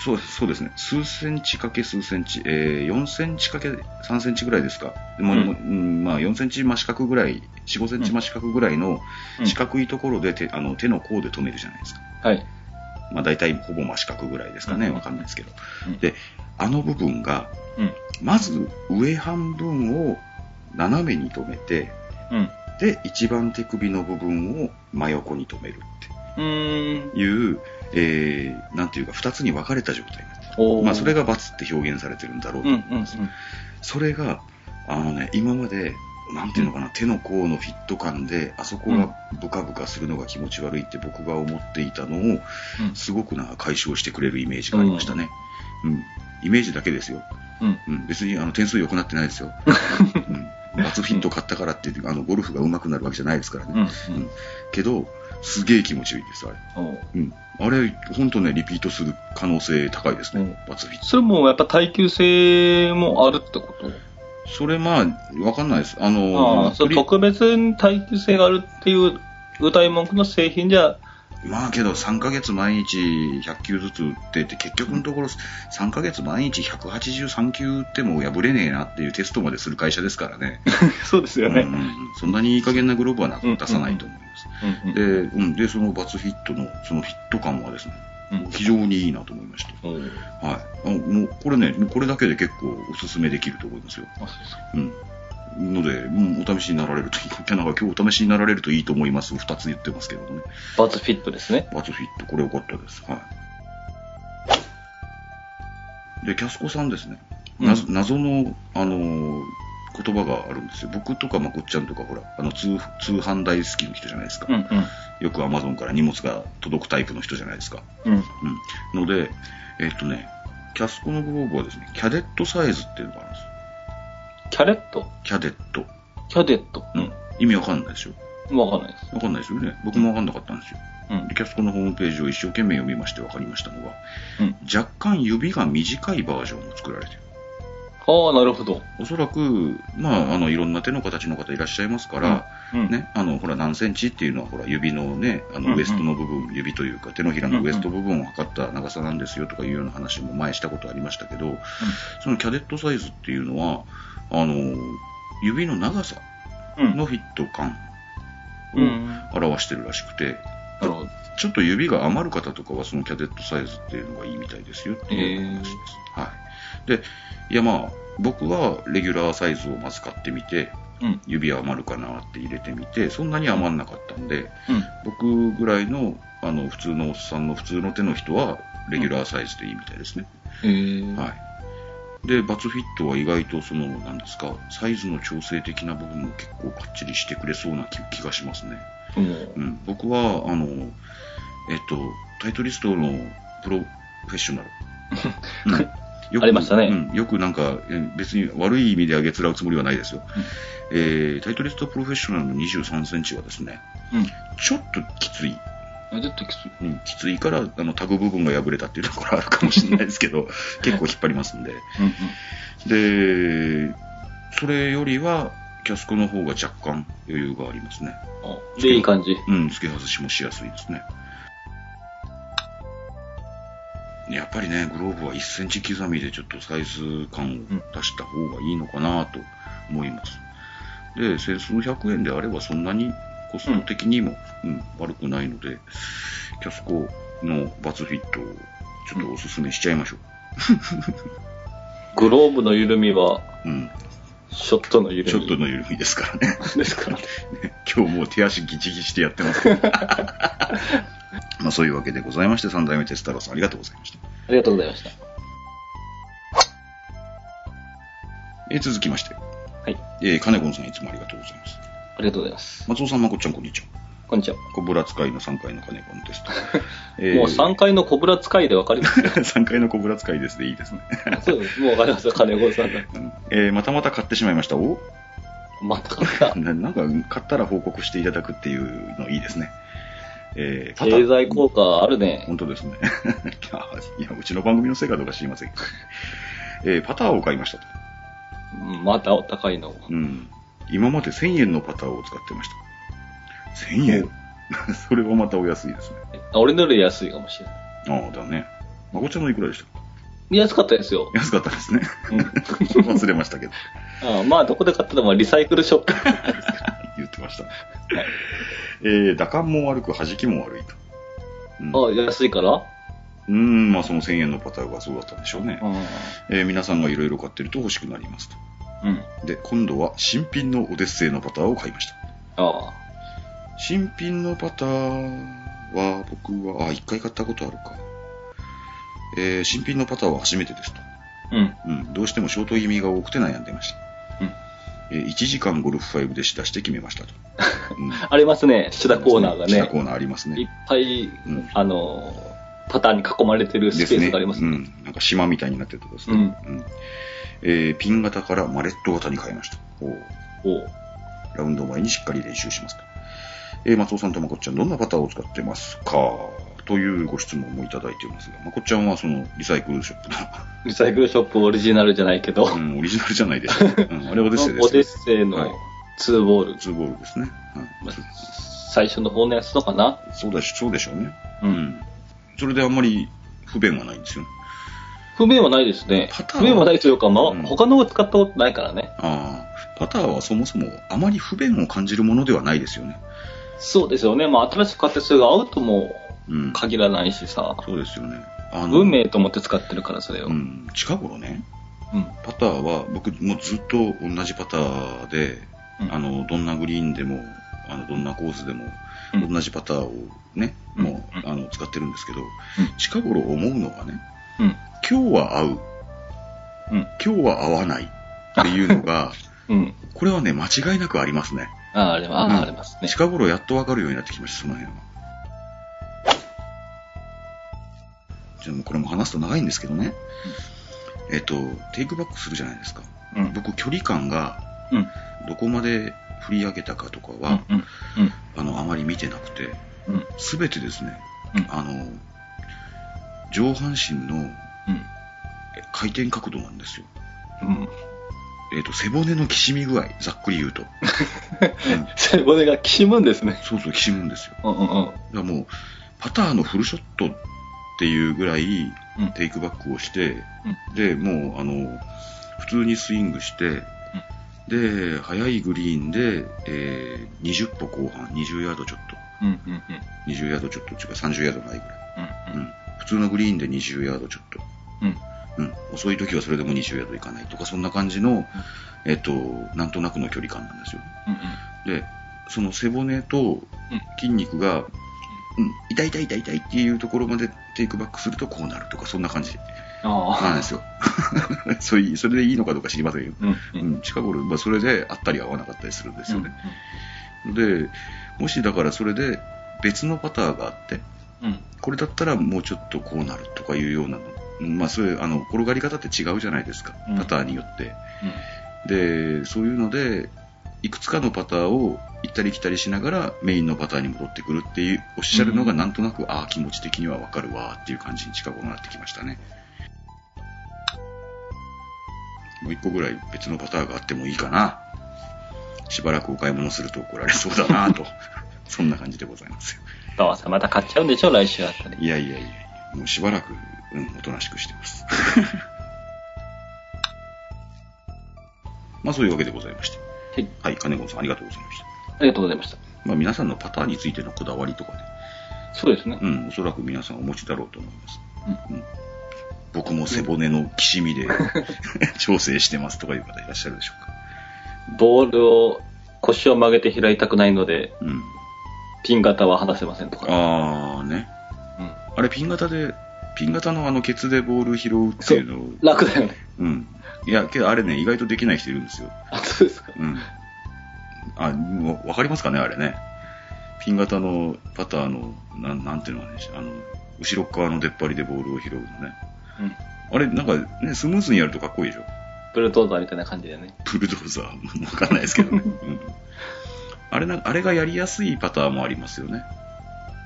Speaker 2: そうそうですね、数センチかけ数センチ、えー、4センチかけ3センチぐらいですか。でも
Speaker 3: うん
Speaker 2: うんまあ、4センチ真四角ぐらい、4、5センチ真四角ぐらいの
Speaker 3: うん
Speaker 2: 四角いところで手,、あの手の甲で止めるじゃないですか。
Speaker 3: はい。
Speaker 2: まあ、大体ほぼ真四角ぐらいですかね、
Speaker 3: うん
Speaker 2: わかんないですけど。
Speaker 3: うん
Speaker 2: で、あの部分が、
Speaker 3: うん。
Speaker 2: まず上半分を斜めに止めて、
Speaker 3: うん。
Speaker 2: で、一番手首の部分を真横に止めるっ
Speaker 3: うーん。
Speaker 2: ていう、えー、なんていうか、二つに分かれた状態になって
Speaker 3: お
Speaker 2: る。
Speaker 3: ー
Speaker 2: まあ、それが×って表現されてるんだろう
Speaker 3: う
Speaker 2: と
Speaker 3: んう
Speaker 2: 思
Speaker 3: ん
Speaker 2: います。それが、あのね、今まで、なんていうのかな、手の甲のフィット感で、あそこがブカブカするのが気持ち悪いって僕が思っていたのを、すごくなんか解消してくれるイメージがありましたね。うん。イメージだけですよ。
Speaker 3: うん。
Speaker 2: うん。別にあの点数良くなってない ですよ。うん。バツフィット買ったからって、あの、ゴルフが上手くなるわけじゃないですから
Speaker 3: う
Speaker 2: ね。う
Speaker 3: ん。
Speaker 2: んけど、すげえ気持ちいいです、あれ。
Speaker 3: うん。おう
Speaker 2: うん。あれ、ほんとね、リピートする可能性高いですね、
Speaker 3: う
Speaker 2: バツフィット。
Speaker 3: それもやっぱ耐久性もあるってこと
Speaker 2: それまあ、わかんないです。あの、
Speaker 3: ああ、そ
Speaker 2: と
Speaker 3: う
Speaker 2: り
Speaker 3: 特別に耐久性があるっていう歌い文句の製品じゃ、
Speaker 2: まあけど3ヶ月毎日100球ずつ打ってて結局のところ3ヶ月毎日183球打っても破れねえなっていうテストまでする会社ですからね。
Speaker 3: そうですよ
Speaker 2: う
Speaker 3: ね。
Speaker 2: んうんそんなにいい加減なグローブはなく出さないと思います。
Speaker 3: うん
Speaker 2: で、うん、で、そのバツフィットのそのヒット感はですね、
Speaker 3: うん
Speaker 2: 非常にいいなと思いました。
Speaker 3: うんおう
Speaker 2: はい。あもうこれね、もうこれだけで結構おすすめできると思いますよ。
Speaker 3: あそうですか
Speaker 2: うん。ので、うんお試しになられるといい、なんか今日お試しになられるといいと思います。2つ言ってますけどもね。
Speaker 3: バズフィットですね。
Speaker 2: バズフィット、これ良かったです。はい。で、キャスコさんですね。な
Speaker 3: う
Speaker 2: 謎の、あのー言葉があるんですよ。僕とかまこっちゃんとか、ほら、あの通、通販大好きの人じゃないですか。
Speaker 3: うん
Speaker 2: よくアマゾンから荷物が届くタイプの人じゃないですか。
Speaker 3: うん。うん。
Speaker 2: うん。ので、えっとね、キャスコのグローブはですね、キャデットサイズっていうのがあるんですよ。
Speaker 3: キャレット
Speaker 2: キャデット。
Speaker 3: キャデット。
Speaker 2: うん。意味わかんないでしょ。
Speaker 3: うん。わかんないです。
Speaker 2: わかんないですよね。僕もわかんなかったんですよ。
Speaker 3: うん
Speaker 2: でキャスコのホームページを一生懸命読みまして分かりましたのが、
Speaker 3: うん
Speaker 2: 若干指が短いバージョンも作られている。
Speaker 3: ああ、なるほど。
Speaker 2: おそらく、まあ、あの、いろんな手の形の方いらっしゃいますから、
Speaker 3: うん。
Speaker 2: ね、あの、ほら、何センチっていうのは、ほら、指のね、あ
Speaker 3: うんう
Speaker 2: の、
Speaker 3: ん
Speaker 2: ウエストの部分、指というか、手のひらのウエスト部分を測った長さなんですよとかいうような話も前したことありましたけど、そのキャデットサイズっていうのは、あの、指の長さ
Speaker 3: うん。
Speaker 2: のフィット感
Speaker 3: うん。
Speaker 2: を
Speaker 3: な
Speaker 2: 表してるらしくて、
Speaker 3: るほど。
Speaker 2: ちょっと指が余る方とかはそのキャデットサイズっていうのがいいみたいですよっていう話です。はい。で、いやまあ、僕はレギュラーサイズをまず買ってみて、
Speaker 3: うん。
Speaker 2: 指余るかなって入れてみて、そんなに余んなかったんで、
Speaker 3: うん。
Speaker 2: 僕ぐらいの、あの、普通のおっさんの普通の手の人は、レギュラーサイズでいいみたいですね。
Speaker 3: えー
Speaker 2: はい。で、バツフィットは意外とその、なんですか、サイズの調整的な部分も結構かっちりしてくれそうな気気がしますね。
Speaker 3: うん
Speaker 2: うん、僕はあの、えっと、タイトリストのプロフェッショ ナル。うんよく
Speaker 3: ありましたね
Speaker 2: うん、よくなんか、え別に悪い意味であげつらうつもりはないですよ、えータイトリストプロフェッショナルの23センチはですね、ちょっときつい。
Speaker 3: うん。ちょっときつい。
Speaker 2: うん、きついから、あの、タグ部分が破れたっていうところあるかもしれないですけ ど、結構引っ張りますんで。
Speaker 3: うんうん。
Speaker 2: で、それよりは、キャスコの方が若干余裕がありますね。
Speaker 3: あで、いい感じ。
Speaker 2: うん、付け外しもしやすいですね。やっぱりね、グローブは1センチ刻みでちょっとサイズ感を出した方がいいのかなと思います。で、千数百円であればそんなにコスト的にも、うん悪くないので、キャスコのバツフィットをちょっとおすすめしちゃいましょ
Speaker 3: グローブの緩みは、
Speaker 2: う。うん、
Speaker 3: ショットの緩み。
Speaker 2: ちょっとの緩みですから ね。
Speaker 3: ですからね。
Speaker 2: 今日もう手足ギチギチしてやってますけ ど。まあそういうわけでございまして、三代目鉄太郎さんありがとうございました。
Speaker 3: ありがとうございました。
Speaker 2: えー続きまして、
Speaker 3: はい。
Speaker 2: えー、金子さんいつもありがとうございます。
Speaker 3: ありがとうございます。
Speaker 2: 松尾さん、まこっちゃん、こんにちは。
Speaker 3: こんにちは。
Speaker 2: コブラ使いの3回の金子ですと。
Speaker 3: もう3 階のコブラ使いでわかりますよ。
Speaker 2: 3回のコブラ使いですでいいですね。
Speaker 3: そうです。もうわかりますよ、金子さんが。
Speaker 2: うんえーまたまた買ってしまいました。お
Speaker 3: また買 った。
Speaker 2: ななんか、買ったら報告していただくっていうのいいですね。えーパタ
Speaker 3: 経済効果あるね。
Speaker 2: 本当ですね。 いや、うちの番組のせいかどうか知りませんけど。えーパターを買いましたと。
Speaker 3: うんまたお高いの。
Speaker 2: うん。今まで1000円のパターを使ってました。1000円 それはまたお安いですね。
Speaker 3: 俺のより安いかもしれない。
Speaker 2: ああ、だね。まこっちゃんのいくらでした
Speaker 3: 安かったですよ。
Speaker 2: 安かったですね。
Speaker 3: うん
Speaker 2: 忘れましたけど。
Speaker 3: ああまあ、どこで買ったのもリサイクルショップ。
Speaker 2: 言ってました。えー、打感も悪く、弾きも悪いと。うん、
Speaker 3: ああ安いから
Speaker 2: うーん、まあその1000円のパターンがそうだったんでしょうね。
Speaker 3: うん。
Speaker 2: えー皆さんがいろいろ買ってると欲しくなりますと。
Speaker 3: うん。
Speaker 2: で、今度は新品のオデッセイのパターを買いました。
Speaker 3: ああ。
Speaker 2: 新品のパターは、僕は、あ、一回買ったことあるか。えー新品のパターは初めてですと。
Speaker 3: うん。
Speaker 2: うん、どうしてもショート気味が多くて悩んでました。えー1時間ゴルフ5で出して決めましたと。 うん
Speaker 3: ありますね、シダコーナーが
Speaker 2: 下コ
Speaker 3: ね、
Speaker 2: ーナーあります
Speaker 3: いっ
Speaker 2: ね。
Speaker 3: ぱい、
Speaker 2: うん
Speaker 3: あの、パターンに囲まれてるスペースがあります
Speaker 2: う
Speaker 3: ね。
Speaker 2: ん。なんか島みたいになってるとこですね。うんえーピン型からマレット型に変えました。おう
Speaker 3: おう
Speaker 2: ラウンド前にしっかり練習しますと。えー松尾さんとまこっちゃん、どんなパターを使ってますかというご質問もいただいていますが、まこっちゃんはそのリサイクルショップの、
Speaker 3: リサイクルショップオリジナルじゃないけど、
Speaker 2: うん、オリジナルじゃないでしょうか。うん、あれはオデッセイで
Speaker 3: オ
Speaker 2: す
Speaker 3: デッ
Speaker 2: ね。
Speaker 3: セイ
Speaker 2: はい
Speaker 3: のツーボール、
Speaker 2: ツーボールですね。は
Speaker 3: ま
Speaker 2: い
Speaker 3: あ、最初の方のやつとかな。
Speaker 2: そうだし、そうでしょうね。
Speaker 3: う。
Speaker 2: うんん。それであんまり不便はないんですよ。
Speaker 3: 不便はないですね。
Speaker 2: パターン
Speaker 3: 不便はないというか、まあ
Speaker 2: うん
Speaker 3: 他のを使ったことないからね。
Speaker 2: ああ、パターはそもそもあまり不便を感じるものではないですよね。
Speaker 3: そうですよね。まあ、新しく買ってそれが合うとも
Speaker 2: うん。
Speaker 3: 限らないしさ、
Speaker 2: そうですよね。あ
Speaker 3: 運命と思って使ってるから、それを。
Speaker 2: う
Speaker 3: うん。
Speaker 2: ん、近頃ね、パターは僕もうずっと同じパターで、
Speaker 3: うん
Speaker 2: あのどんなグリーンでもあのどんなコースでも、
Speaker 3: うん
Speaker 2: 同じパターをね、
Speaker 3: うん
Speaker 2: もう、
Speaker 3: うん
Speaker 2: あの使ってるんですけど、近頃思うのがね
Speaker 3: うん。
Speaker 2: 今日は合う、
Speaker 3: うん
Speaker 2: 今日は合わないっていうの が
Speaker 3: うん。
Speaker 2: これはね間違いなくありますね
Speaker 3: ああ、ありま
Speaker 2: うん
Speaker 3: あありますね。
Speaker 2: 近頃やっと分かるようになってきましたその辺はじゃあもうこれも話すと長いんですけどね、えっとテイクバックするじゃないですか
Speaker 3: うん。
Speaker 2: 僕距離感が
Speaker 3: うん。
Speaker 2: どこまで振り上げたかとか
Speaker 3: う
Speaker 2: は、
Speaker 3: ん。うん。うん
Speaker 2: あのあまり見てなくて
Speaker 3: うん。
Speaker 2: すべてですね、
Speaker 3: うん
Speaker 2: あの上半身の
Speaker 3: うん。
Speaker 2: え回転角度なんですよ、
Speaker 3: うん。
Speaker 2: えー、と背骨のきしみ具合ざっくり言うと、うん
Speaker 3: 背骨がきしむんですね。
Speaker 2: そうそうきしむんですよ
Speaker 3: うんうんうん。
Speaker 2: だからもうパターのフルショットっていうぐらい
Speaker 3: うん
Speaker 2: テイクバックをして、でもうあの普通にスイングして、で速いグリーンで、えー20歩後半20ヤードちょっと
Speaker 3: うんうんうん。
Speaker 2: 20ヤードちょっとっていうか30ヤードないぐらい
Speaker 3: う
Speaker 2: う
Speaker 3: んうん
Speaker 2: ん、普通のグリーンで20ヤードちょっと、
Speaker 3: うん
Speaker 2: うん、遅い時はそれでも20ヤードいかないとか、そんな感じの、えっと、なんとなくの距離感なんですよ。で、その背骨と筋肉が、うん痛い痛い痛い痛いっていうところまでテイクバックするとこうなるとか、そんな感じなん
Speaker 3: あ
Speaker 2: ですよ。 そういうそれでいいのかどうか知りませんよ。
Speaker 3: あ。うん
Speaker 2: う
Speaker 3: うん
Speaker 2: ん、近頃、まあ、それで合ったり合わなかったりするんですよね。
Speaker 3: う
Speaker 2: で、もしだからそれで別のパターがあって、
Speaker 3: ん
Speaker 2: これだったらもうちょっとこうなるとかいうようなの、まあ、そういうあの転がり方って違うじゃないですか、
Speaker 3: うん
Speaker 2: パターによって。で、そういうので、いくつかのパターを行ったり来たりしながらメインのパターに戻ってくるっていうおっしゃるのが
Speaker 3: うん
Speaker 2: なんとなく、ああ、気持ち的にはわかるわーっていう感じに近くなってきましたね。もう一個ぐらい別のパターがあってもいいかな。しばらくお買い物すると怒られそうだなと。そんな感じでございますよ。
Speaker 3: どうせまた買っちゃうんでしょ、来週あたり。
Speaker 2: いやいやいや、もうしばらく、うん、おとなしくして ます。まあそういうわけでございまして。
Speaker 3: はい。
Speaker 2: はい、金子さんありがとうございました。
Speaker 3: ありがとうございました。
Speaker 2: まあ皆さんのパターンについてのこだわりとかね、
Speaker 3: そうですね。
Speaker 2: うん、おそらく皆さんお持ちだろうと思います。
Speaker 3: うん
Speaker 2: 僕も背骨のきしみ で調整してますとかいう方いらっしゃるでしょうか。
Speaker 3: ボールを腰を曲げて開いたくないので、
Speaker 2: うん。
Speaker 3: ピン型は離せませんとか。
Speaker 2: あーね。
Speaker 3: うん
Speaker 2: あれピン型で、ピン型のあのケツでボール拾うっていうのを、
Speaker 3: 楽だよね。
Speaker 2: うん。いや、けどあれね、意外とできない人いるんですよ。
Speaker 3: あ、そうですか。
Speaker 2: うん。あ、もうわかりますかね、あれね。ピン型のパターの、なんなんていうのかね、あの、後ろっ側の出っ張りでボールを拾うのね。
Speaker 3: うん。
Speaker 2: あれ、なんかね、スムーズにやるとかっこいいでしょ。
Speaker 3: ブルドーザーみたいな感じでね。
Speaker 2: ブルドーザー、わ かんないですけどね。うん、あれな、あれがやりやすいパターもありますよね。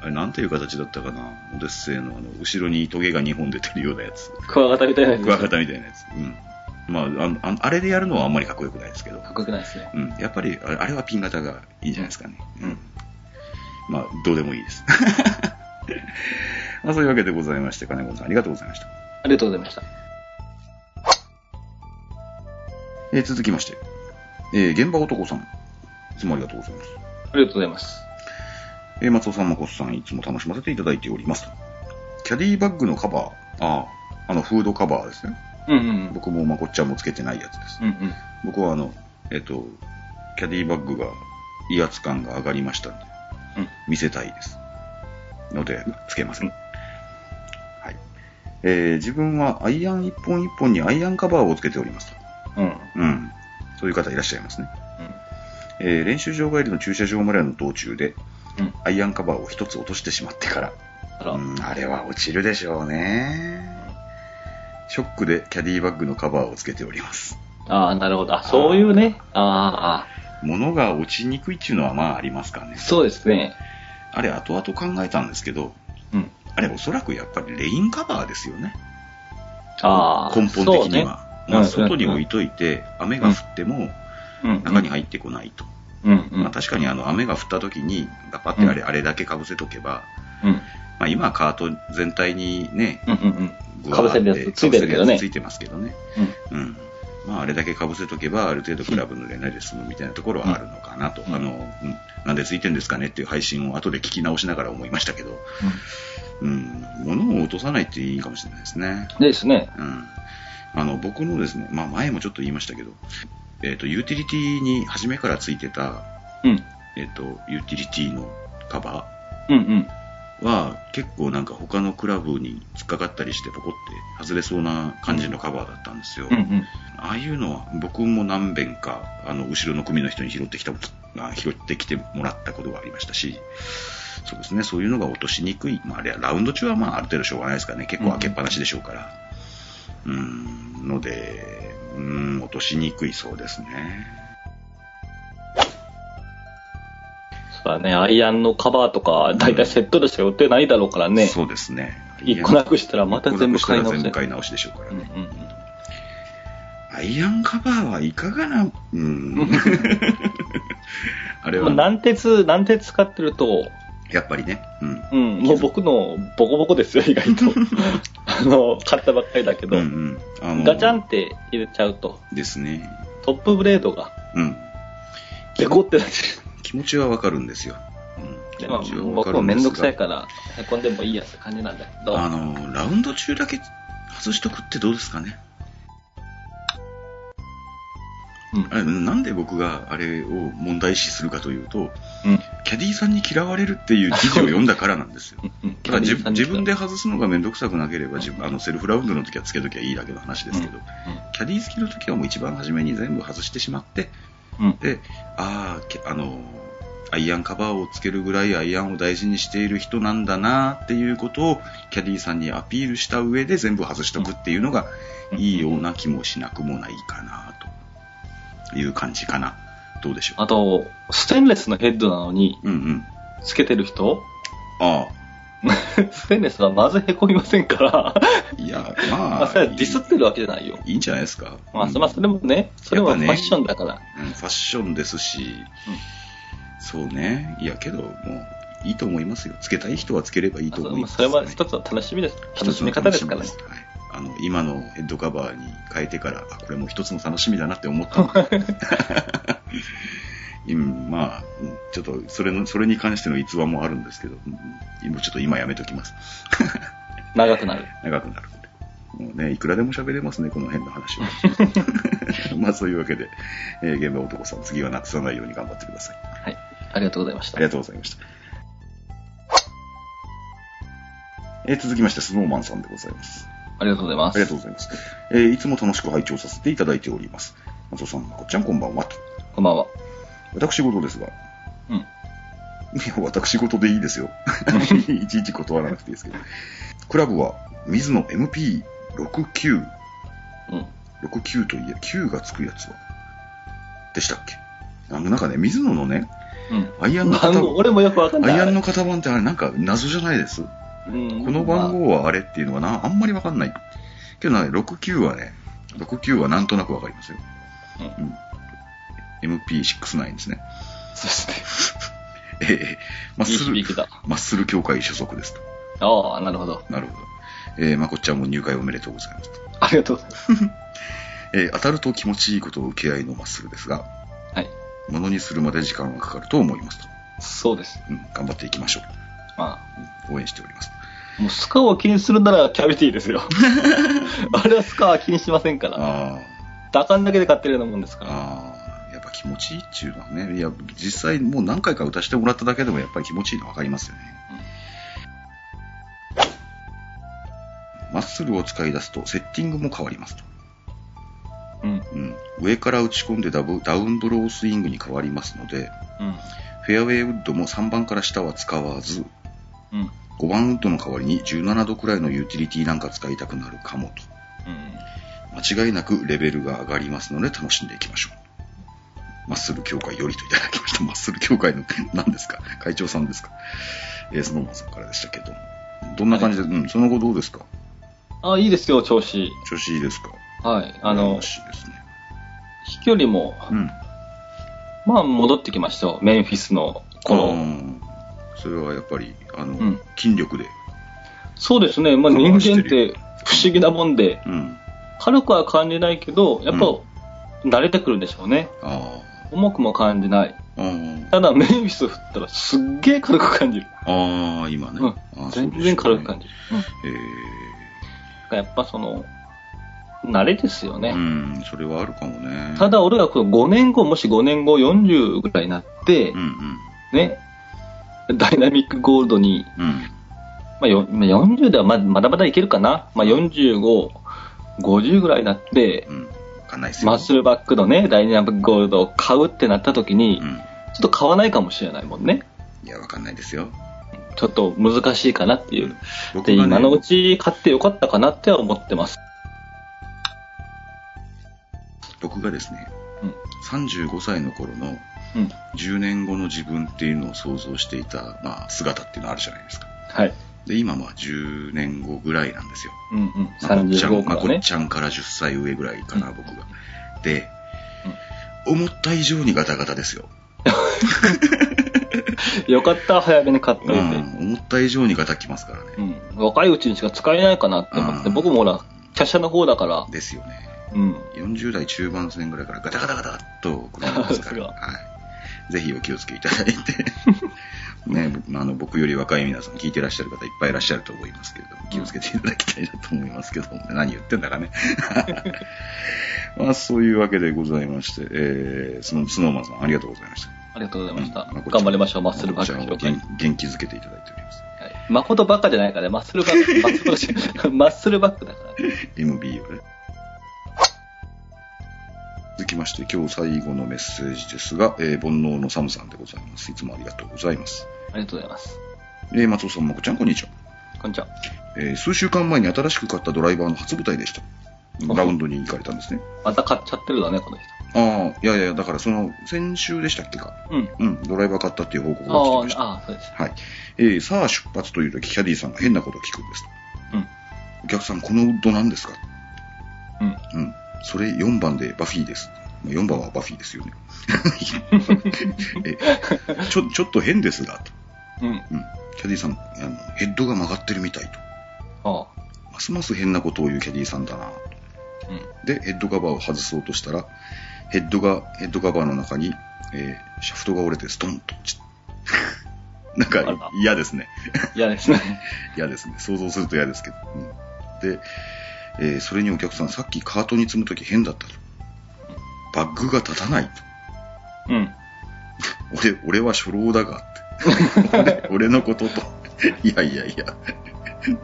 Speaker 2: あれ、なんていう形だったかな。オデッセイの、あの、後ろにトゲが2本出てるようなやつ。
Speaker 3: クワガタみたいなやつで
Speaker 2: ク
Speaker 3: しょ。
Speaker 2: ワガタみたいなやつ。うん。まあ、あのあのあれでやるのはあんまりかっこよくないですけど。
Speaker 3: かっこよくないですね。
Speaker 2: うん、やっぱりあれあれはピン型がいいんじゃないですかね。
Speaker 3: うん
Speaker 2: まあ、どうでもいいです。 まあ、そういうわけでございまして、金子さんありがとうございました。
Speaker 3: ありがとうございました。
Speaker 2: えー続きまして、えー現場男さん、いつもありがとうございます。
Speaker 3: ありがとうございます。
Speaker 2: えー松尾さん、まこっさん、いつも楽しませていただいております。キャディバッグのカバー、ああ、あの、フードカバーですね。
Speaker 3: うんうん
Speaker 2: 僕もまこっちゃんもつけてないやつです。
Speaker 3: うん。うん
Speaker 2: 僕はあの、えっ、と、キャディバッグが威圧感が上がりましたんで、
Speaker 3: うん
Speaker 2: 見せたいです。ので、つけません。はい。えー自分はアイアン一本一本にアイアンカバーをつけておりますと。
Speaker 3: うん。うん。
Speaker 2: うん。そういう方いらっしゃいますね。えー練習場帰りの駐車場までの道中で、
Speaker 3: うん
Speaker 2: アイアンカバーを一つ落としてしまってから、
Speaker 3: あら、
Speaker 2: うん、あれは落ちるでしょうね。ショックでキャディバッグのカバーをつけております。
Speaker 3: ああ、なるほど。あ、そういうね。あ
Speaker 2: 物が落ちにくいっていうのはまあありますからね
Speaker 3: あ、。そうですね。
Speaker 2: あれ後々考えたんですけど、
Speaker 3: うん。
Speaker 2: あれおそらくやっぱりレインカバーですよね。
Speaker 3: ああ、
Speaker 2: 根本的には。まあ、
Speaker 3: うん
Speaker 2: 外に置いといて、雨が降っても
Speaker 3: そうね。うん。
Speaker 2: 中に入ってこないと。
Speaker 3: うんうん。
Speaker 2: まあ、確かにあの雨が降った時に、ガパってあれ,、あれだけかぶせとけば、
Speaker 3: うん。
Speaker 2: まあ、今はカート全体にね、
Speaker 3: うんうんうん。
Speaker 2: グワーって
Speaker 3: 被せるやつついてるけどね
Speaker 2: 被せやつついてますけどね。うん。まあ、あれだけかぶせとけば、ある程度クラブ濡れないで済むみたいなところはあるのかなと。
Speaker 3: うん
Speaker 2: あの、うんなんでついてんですかねっていう配信を後で聞き直しながら思いましたけど、うん、物を落とさないっていいかもしれないですね。
Speaker 3: うん。ですね。
Speaker 2: うん。あの、僕のですね、まあ前もちょっと言いましたけど、えっ、と、ユーティリティに初めからついてた、
Speaker 3: うん。
Speaker 2: えっ、と、ユーティリティのカバー、
Speaker 3: うんうん。
Speaker 2: は結構なんか他のクラブに突っかかったりしてポコって外れそうな感じのカバーだったんですよ、
Speaker 3: うんうん。
Speaker 2: ああいうのは僕も何遍かあの後ろの組の人に拾ってきたあ拾ってきてもらったことがありましたしそうですねそういうのが落としにくい、まあ、あれはラウンド中はまあある程度しょうがないですからね結構開けっぱなしでしょうからうんのでうん落としにくいそうですね
Speaker 3: そうだね、アイアンのカバーとか、だいたいセットでしか売ってないだろうからね。
Speaker 2: そうですね
Speaker 3: 一個なくしたらまた全部買い直
Speaker 2: 一個なくしたら全
Speaker 3: せ
Speaker 2: 部。買い直しでしょうから
Speaker 3: う
Speaker 2: ね、
Speaker 3: んうん
Speaker 2: アイアンカバーはいかがな、うん。 あれ
Speaker 3: まあ、
Speaker 2: は、
Speaker 3: 軟鉄、軟鉄使ってると、
Speaker 2: やっぱりね、うん。
Speaker 3: うん、もう僕のボコボコですよ、意外 と。あの、買ったばっかりだけ
Speaker 2: う
Speaker 3: ど、
Speaker 2: んうん。あの
Speaker 3: ガチャンって入れちゃうと、
Speaker 2: ですね。
Speaker 3: トップブレードが、
Speaker 2: うん。
Speaker 3: デコってなっち
Speaker 2: 気持ちはわかるんですよ。うん。
Speaker 3: ゃう。
Speaker 2: 気
Speaker 3: まあ
Speaker 2: 持ちはわか
Speaker 3: 僕も
Speaker 2: るん
Speaker 3: め
Speaker 2: で
Speaker 3: ん
Speaker 2: す
Speaker 3: ど
Speaker 2: が
Speaker 3: くさいから、へこんでもいいやって感じなんだけど、
Speaker 2: あの、ラウンド中だけ外しとくってどうですかね。
Speaker 3: うん
Speaker 2: あれなんで僕があれを問題視するかというと、
Speaker 3: うん
Speaker 2: キャディーさんに嫌われるっていう記事を読んだからなんですよ。
Speaker 3: うん
Speaker 2: だから自分自分で外すのがめんどくさくなければ、自分あのセルフラウンドの時はつけときゃいいだけの話ですけど、
Speaker 3: うん
Speaker 2: キャディー付きの時はもう一番初めに全部外してしまって、
Speaker 3: うん
Speaker 2: で、ああ、けあの、アイアンカバーをつけるぐらいアイアンを大事にしている人なんだなっていうことをキャディーさんにアピールした上で全部外しとくっていうのが
Speaker 3: うん
Speaker 2: いいような気もしなくもないかなという感じかな。どうでしょう。
Speaker 3: あと、ステンレスのヘッドなのに、
Speaker 2: うんうん。
Speaker 3: つけてる人
Speaker 2: あ
Speaker 3: ステンレスはまずへこみませんから、
Speaker 2: あ、いや、
Speaker 3: ま
Speaker 2: ま
Speaker 3: あ、
Speaker 2: あ
Speaker 3: そ、れはディスってるわけじゃないよ。
Speaker 2: いいんじゃないですか。
Speaker 3: まあ、まあ、それもね、それもファッションだから。
Speaker 2: うん、ファッションですし、そうね、いやけど、もういいと思いますよ、つけたい人はつければいいと
Speaker 3: そ
Speaker 2: 思
Speaker 3: れ
Speaker 2: い
Speaker 3: も
Speaker 2: ます、
Speaker 3: それは一つの楽しみです。楽しみ方ですからね
Speaker 2: 一。つの楽しみですはいあの今のヘッドカバーに変えてから、あこれも一つの楽しみだなって思った のでうん、まあ、うんちょっとそれのそれに関しての逸話もあるんですけど、うんうんもうちょっと今やめときます。
Speaker 3: 長くなる。
Speaker 2: 長くなるので。もうね、いくらでも喋れますね、この辺の話は。 まあ、そういうわけで、えー現場男さん、次はなくさないように頑張ってください。
Speaker 3: はい。ありがとうございまし
Speaker 2: あ
Speaker 3: た
Speaker 2: り。がとうございました。えー続きまして、スノーマンさんでございます。
Speaker 3: ありがとうございま
Speaker 2: ありがと
Speaker 3: す。
Speaker 2: うございます。えーいつも楽しく拝聴させていただいております。松尾さん、こっちゃんこんばんはと。
Speaker 3: こんばんは。
Speaker 2: 私事ですが、
Speaker 3: うん。
Speaker 2: いや、私事でいいですよ。 いちいち断らなくていいですけど。クラブは、水野 MP69
Speaker 3: うん。
Speaker 2: 69といえ、9がつくやつは、でしたっけあの、なんかね、水野のね、
Speaker 3: うん。
Speaker 2: アイアンの
Speaker 3: 番
Speaker 2: 型
Speaker 3: 号、俺もよくわかん
Speaker 2: ア
Speaker 3: ない。
Speaker 2: イアンの型番ってあれなんか謎じゃないです。こ
Speaker 3: うん、
Speaker 2: の番
Speaker 3: ま
Speaker 2: 号はあれっていうのはな、あんまりわかんない。けどね、69はね、69はなんとなくわかりますよ。うん MP69 ですね。
Speaker 3: あそうです
Speaker 2: ええマッ
Speaker 3: ね。いい
Speaker 2: スル、
Speaker 3: 響きだ。
Speaker 2: マッスル協会所属ですと。
Speaker 3: ああ、なるほど。
Speaker 2: なるほど。えー、まこっちゃんも入会おめでとうございますと。
Speaker 3: ありがとうございます。
Speaker 2: えー当たると気持ちいいことを受け合いのマッスルですが、
Speaker 3: はい。
Speaker 2: ものにするまで時間はかかると思いますと。
Speaker 3: そうです。
Speaker 2: うん、頑張っていきましょ
Speaker 3: ま
Speaker 2: う。応援しております。
Speaker 3: あ、もうスカを気にするならキャビティですよ。あれはスカは気にしませんから。
Speaker 2: あ
Speaker 3: 打感だけで買ってるようなもんです
Speaker 2: あ、
Speaker 3: から。
Speaker 2: ああ、やっぱ気持ちいいっていうのはね、いや、実際もう何回か歌してもらっただけでもやっぱり気持ちいいの分かりますよね。マッスルを使い出すとセッティングも変わりますと。
Speaker 3: うん。
Speaker 2: うん、上から打ち込んでダブダウンブロースイングに変わりますので、
Speaker 3: うん。
Speaker 2: フェアウェイウッドも3番から下は使わず、
Speaker 3: うん。
Speaker 2: 5番ウッドの代わりに17度くらいのユーティリティなんか使いたくなるかもと。
Speaker 3: うん。
Speaker 2: 間違いなくレベルが上がりますので楽しんでいきましょう。マッスル協会よりといただきました。マッスル協会の何ですか会長さんですかえー、スノーマンさんからでしたけど。どんな感じで、うん、その後どうですか
Speaker 3: あ、いいですよ、調子。
Speaker 2: 調子いいですか
Speaker 3: はい。あの
Speaker 2: ら、しいですね。
Speaker 3: 飛距離も、
Speaker 2: うん。
Speaker 3: まあ、戻ってきましたよ。メンフィスの、
Speaker 2: あ
Speaker 3: この、
Speaker 2: ーそれはやっぱり、あの、
Speaker 3: うん
Speaker 2: 筋力で。
Speaker 3: そうですね。まあ、
Speaker 2: この
Speaker 3: 人
Speaker 2: 走っ
Speaker 3: 間って
Speaker 2: る
Speaker 3: て不思議なもんで、
Speaker 2: うん。
Speaker 3: 軽くは感じないけど、やっぱ、
Speaker 2: う
Speaker 3: 慣れてくるんでしょうね。
Speaker 2: あ
Speaker 3: 重くも感じない。
Speaker 2: あ。うん
Speaker 3: ただ、メンフィス振ったらすっげえ軽く感じる。
Speaker 2: ああ、今ね。
Speaker 3: うん
Speaker 2: あー
Speaker 3: 全然軽く感
Speaker 2: じ。
Speaker 3: じる。うん
Speaker 2: え
Speaker 3: だからやっぱその、慣れですよ
Speaker 2: え
Speaker 3: ね。
Speaker 2: うん、それはあるかもね。
Speaker 3: た、だ俺がこの5年後、もし5年後40ぐらいになって
Speaker 2: うん、うん。
Speaker 3: ね、ダイナミックゴールドに、
Speaker 2: うん。
Speaker 3: まあ、よまあ40ではままだまだいけるかな。まあ、45、50ぐらいになって、
Speaker 2: うん。わかんないですよ。
Speaker 3: マッスルバックのね、ダイナミックゴールドを買うってなった時に、
Speaker 2: うん。
Speaker 3: ちょっと買わないかもしれないもんね。
Speaker 2: いや、わかんないですよ。
Speaker 3: ちょっと難しいかなっていう。
Speaker 2: 僕
Speaker 3: で、
Speaker 2: が、ね、
Speaker 3: 今のうち買ってよかったかなっては思ってます。
Speaker 2: 僕がですね、
Speaker 3: うん
Speaker 2: 35歳の頃の
Speaker 3: うん。
Speaker 2: 10年後の自分っていうのを想像していた、まあ、姿っていうのあるじゃないですか。
Speaker 3: はい。
Speaker 2: で、今、まあ、10年後ぐらいなんですよ。
Speaker 3: うんうん。
Speaker 2: まこっちゃん
Speaker 3: 35か
Speaker 2: ま
Speaker 3: ら
Speaker 2: こっ
Speaker 3: ね。
Speaker 2: ちゃんから10歳上ぐらいかな、
Speaker 3: うん
Speaker 2: 僕が。で、思った以上にガタガタですよ。
Speaker 3: よかった、早めに買っと
Speaker 2: う
Speaker 3: い
Speaker 2: ん。
Speaker 3: て。
Speaker 2: 思った以上にガタきますからね。
Speaker 3: うん、若いうちにしか使えないかなって思って、
Speaker 2: うん
Speaker 3: 僕もほら、華奢の方だから、
Speaker 2: ですよね。
Speaker 3: うん、
Speaker 2: 40代中盤戦ぐらいからガタガタガタっと来るもんですか ら、
Speaker 3: さ
Speaker 2: はい、ぜひお気をつけいただいて、 ね、あの僕より若い皆さん聞いてらっしゃる方いっぱいいらっしゃると思いますけれども、気をつけていただきたいなと思いますけども、何言ってんだかね。 まあ、そういうわけでございまして、えー、スノスノーマンさんありがとうございました。
Speaker 3: ありがとうございました。
Speaker 2: うん
Speaker 3: 頑張りましょう、マッスルバッ
Speaker 2: ちゃ
Speaker 3: ク
Speaker 2: んを
Speaker 3: 紹介。
Speaker 2: 元
Speaker 3: はい
Speaker 2: 元気づけていただいております。
Speaker 3: 誠ばっかじゃないからね、マッスル バック、マッスルバック、マッスルバックだから、ね。
Speaker 2: MB をね。続きまして、今日最後のメッセージですが、えー煩悩のサムさんでございます。いつもありがとうございます。
Speaker 3: ありがとうございます。
Speaker 2: えー松尾さん、まこちゃん、こんにちは。
Speaker 3: こんにちは。
Speaker 2: えー数週間前に新しく買ったドライバーの初舞台でした。ラウンドに行かれたんですね。
Speaker 3: また買っちゃってるだね、この人。
Speaker 2: ああ、いやいや、だからその、先週でしたっけか。
Speaker 3: うん。
Speaker 2: うん、ドライバー買ったっていう報告が来ていまし
Speaker 3: あ
Speaker 2: た。
Speaker 3: あ、ああ、そうです。
Speaker 2: はい。えーさあ出発というとき、キャディーさんが変なことを聞くんですと。
Speaker 3: うん
Speaker 2: お客さん、このウッド何ですか
Speaker 3: うん。
Speaker 2: うん。それ4番でバフィーです。4番はバフィー ですよね。えちょちょっと変ですが、と
Speaker 3: うん。
Speaker 2: うん、キャディーさんあの、ヘッドが曲がってるみたいと。
Speaker 3: ああ。
Speaker 2: ますます変なことを言うキャディーさんだな。
Speaker 3: うん。
Speaker 2: で、ヘッドカバーを外そうとしたら、ヘッドが、ヘッドカバーの中に、えーシャフトが折れてストンと落ちた。 なん
Speaker 3: あら
Speaker 2: か嫌ですね。
Speaker 3: 嫌ですね。
Speaker 2: 嫌ですね。想像すると嫌ですけど。うん、で、えーそれにお客さん、さっきカートに積むとき変だったと。バッグが立たないと。
Speaker 3: うん。
Speaker 2: 俺、俺は初老だがって。 俺俺のことと。いやいやいや。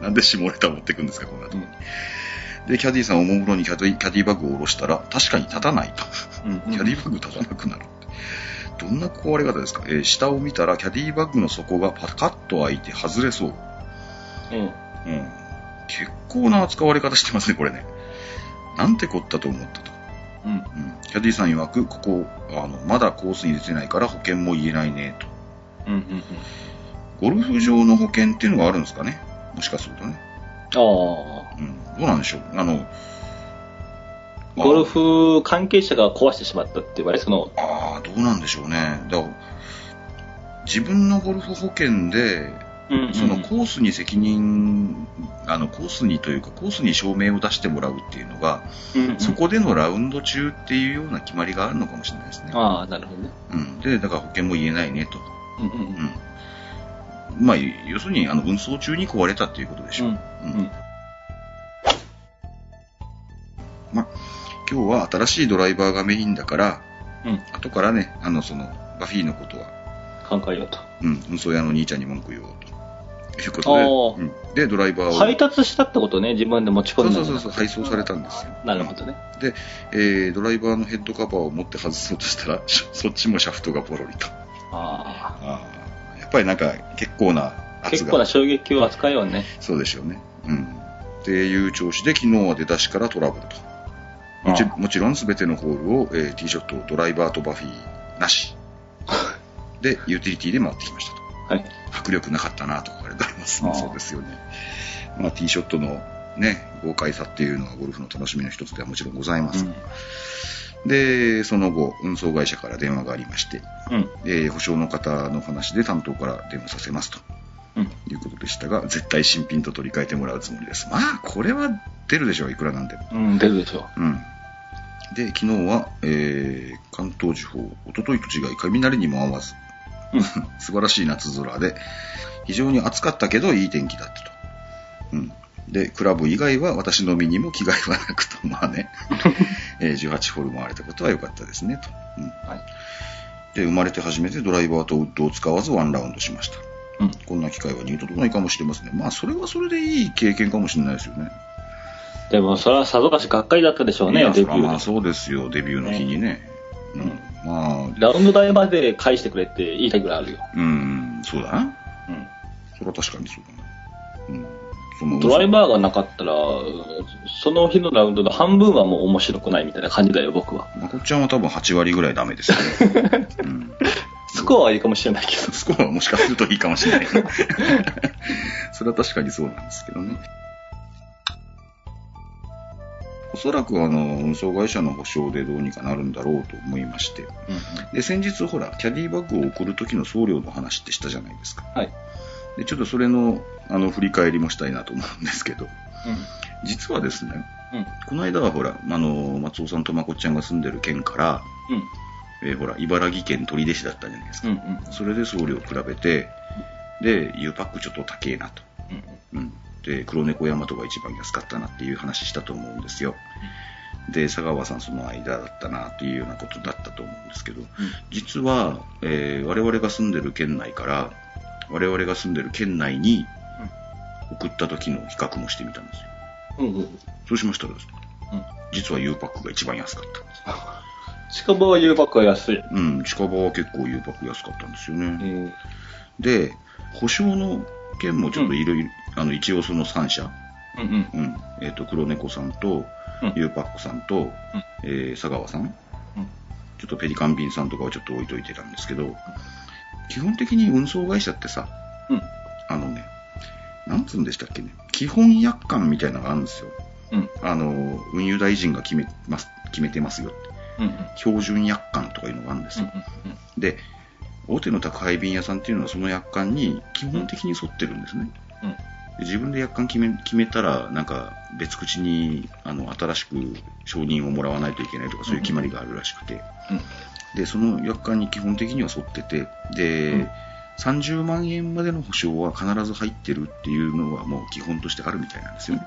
Speaker 2: なんで下ネタ持ってくんですか、こんなとこに。で、キャディーさんおもむろにキャディキャディバッグを下ろしたら、確かに立たないと。
Speaker 3: うん。
Speaker 2: キャディバッグ立たなくなるって。どんな壊れ方ですか、えー下を見たら、キャディバッグの底がパカッと開いて外れそう。
Speaker 3: うん。
Speaker 2: うん。結構な扱われ方してますね、これね。なんてこったと思ったと。
Speaker 3: うん。
Speaker 2: うん。キャディさん曰く、ここ、あの、まだコースに出てないから保険も言えないね、と。
Speaker 3: うん。うん。
Speaker 2: ゴルフ場の保険っていうのがあるんですかねもしかするとね。
Speaker 3: ああ。
Speaker 2: うん。どうなんでしょうあの、まあ
Speaker 3: ゴルフ関係者が壊してしまったって言われ、その、
Speaker 2: ああ、どうなんでしょうね。だから、自分のゴルフ保険で、
Speaker 3: うんうん
Speaker 2: そのコースに責任、あの、コースにというか、コースに証明を出してもらうっていうのが、
Speaker 3: うんうん
Speaker 2: そこでのラウンド中っていうような決まりがあるのかもしれないですね。
Speaker 3: ああ、なるほどね。
Speaker 2: うん、で、だから保険も言えないねと。
Speaker 3: うんうんうん。
Speaker 2: うん、まあ、要するにあの運送中に壊れたっていうことでしょう。
Speaker 3: うんうん
Speaker 2: 今日は新しいドライバーがメインだから、
Speaker 3: うん
Speaker 2: 後からね、あのそのバフィーのことは、
Speaker 3: 考えようと。
Speaker 2: うん、運送屋の兄ちゃんに文句言おうと。いうことで、
Speaker 3: あ
Speaker 2: うんで、ドライバーを、
Speaker 3: 配達したってことね、自分で持ち
Speaker 2: そ
Speaker 3: 込ん
Speaker 2: う
Speaker 3: だ
Speaker 2: そうそうそう、配送されたんですよ。
Speaker 3: なるほどね。
Speaker 2: で、えードライバーのヘッドカバーを持って外そうとしたら、しそ っちもシャフトがポロリと。
Speaker 3: あ
Speaker 2: やっぱりなんか結構な
Speaker 3: あ
Speaker 2: 圧
Speaker 3: 結構な
Speaker 2: が、
Speaker 3: 衝撃を扱いよね。
Speaker 2: そうでしょうね。うん。っていう調子で、昨日は出だしからトラブルと。もち
Speaker 3: あ
Speaker 2: もちろん全てのホールを、えー、ティーショットをドライバーとバフィーな し。で、ユーティリティで回ってきましたと。
Speaker 3: はい。
Speaker 2: 迫力なかったなと書かれてありますね
Speaker 3: ああ
Speaker 2: そうですよね。まあ、ティーショットのね、豪快さっていうのがゴルフの楽しみの一つではもちろんございます。で、その後、運送会社から電話がありまして、
Speaker 3: うん。
Speaker 2: えー保証の方の話で担当から電話させますと
Speaker 3: うん。
Speaker 2: いうことでしたが、絶対新品と取り替えてもらうつもりです。まあ、これは出るでしょう、いくらなんでも。
Speaker 3: うん、出るでしょ
Speaker 2: うん。で、昨日は、えー関東地方、おとといと違い、雷にも合わず、
Speaker 3: う。うん。
Speaker 2: 素晴らしい夏空で、非常に暑かったけど、いい天気だったと。うん。で、クラブ以外は私の身にも着替えはなくと、まあね、えー18ホール回れたことは良かったですね、と。うん。
Speaker 3: はい。
Speaker 2: で、生まれて初めてドライバーとウッドを使わずワンラウンドしました。
Speaker 3: うん。
Speaker 2: こんな機会は二度とないかもしれませんね。まあ、それはそれでいい経験かもしれないですよね。
Speaker 3: でも、それはさぞかしがっかりだったでしょう
Speaker 2: い
Speaker 3: ね、
Speaker 2: や
Speaker 3: デビ
Speaker 2: そらま
Speaker 3: ュ
Speaker 2: あ、
Speaker 3: ー。
Speaker 2: そうですよ、デビューの日にね。うん。まあ、
Speaker 3: ラウンド代まで返してくれって言いたいぐらいあるよ。
Speaker 2: うん、そうだな。
Speaker 3: うん。
Speaker 2: それは確かにそうだな。うん。その
Speaker 3: ドライバーがなかったら、その日のラウンドの半分はもう面白くないみたいな感じだよ、僕は。
Speaker 2: まこっちゃんは多分8割ぐらいダメですよね。 うん
Speaker 3: スコアはいいかもしれないけど。
Speaker 2: スコアはもしかするといいかもしれない。 それは確かにそうなんですけどね。おそらくあの運送会社の保証でどうにかなるんだろうと思いまして。で、先日ほら、キャディバッグを送る時の送料の話ってしたじゃないですか。
Speaker 3: はい。
Speaker 2: で、ちょっとそれの、あの、振り返りもしたいなと思うんですけど、実はですね、
Speaker 3: うん。
Speaker 2: この間はほら、あの、松尾さんとまこっちゃんが住んでる県から、
Speaker 3: うん。
Speaker 2: えーほら、茨城県取手市だったじゃないですか。
Speaker 3: うん。うん。
Speaker 2: それで送料を比べて、で、U パックちょっと高えなと。うん。で、黒猫大和が一番安かったなっていう話したと思うんですよ。で、佐川さんその間だったなっていうようなことだったと思うんですけど、実は、えー我々が住んでる県内から、我々が住んでる県内に送った時の比較もしてみたんですよ。
Speaker 3: うん。うん。うん。
Speaker 2: そうしましたらですね、実は U パックが一番安かったんです。
Speaker 3: 近場は誘惑は安い。
Speaker 2: うん、近場は結構 U パック安かったんですよね。
Speaker 3: うん。
Speaker 2: で、保証の件もちょっといろいろ、あの、一応その3社、
Speaker 3: うん。うん。
Speaker 2: うん、えっ、と、黒猫さんと、
Speaker 3: うん
Speaker 2: ゆうぱっこさんと、えー佐川さん、
Speaker 3: うん
Speaker 2: ちょっとペリカンビンさんとかはちょっと置いといてたんですけど、基本的に運送会社ってさ、
Speaker 3: うん。
Speaker 2: あのね、なんつうんでしたっけね、基本約款みたいなのがあるんですよ。
Speaker 3: うん。
Speaker 2: あの、運輸大臣が決めます、決めてますよって。
Speaker 3: うん。
Speaker 2: 標準約款とかいうのがあるんですよ。で、大手の宅配便屋さんっていうのはその約款に基本的に沿ってるんですね。
Speaker 3: うん。
Speaker 2: で自分で約款決め決めたら、なんか別口にあの新しく承認をもらわないといけないとか、そういう決まりがあるらしくて、でその約款に基本的には沿ってて、で
Speaker 3: うん
Speaker 2: 30万円までの保証は必ず入ってるっていうのは、もう基本としてあるみたいなんですよね。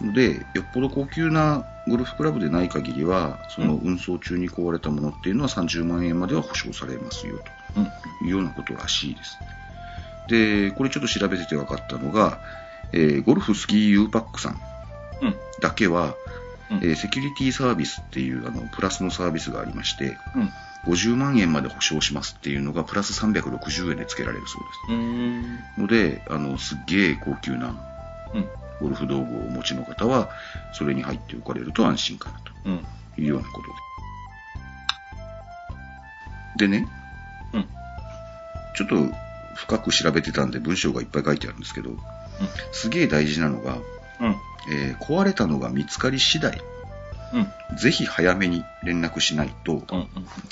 Speaker 2: ので、よっぽど高級なゴルフクラブでない限りは、その運送中に壊れたものっていうのは30万円までは保証されますよと。
Speaker 3: うん。
Speaker 2: いうようなことらしいです。で、これちょっと調べてて分かったのが、えーゴルフスキー U パックさん
Speaker 3: うん。
Speaker 2: だけは、
Speaker 3: うん
Speaker 2: えーセキュリティサービスっていうあのプラスのサービスがありまして、
Speaker 3: うん。
Speaker 2: 50万円まで保証しますっていうのがプラス360円で付けられるそうで
Speaker 3: うん。
Speaker 2: す。ので、あの、すっげえ高級な
Speaker 3: うん。
Speaker 2: ゴルフ道具をお持ちの方は、それに入っておかれると安心かな
Speaker 3: うん。
Speaker 2: というようなことで。でね、
Speaker 3: うん。
Speaker 2: ちょっと深く調べてたんで文章がいっぱい書いてあるんですけど、すげえ大事なのが、
Speaker 3: うん。
Speaker 2: えー壊れたのが見つかり次第、
Speaker 3: うん。
Speaker 2: ぜひ早めに連絡しないと、
Speaker 3: うん。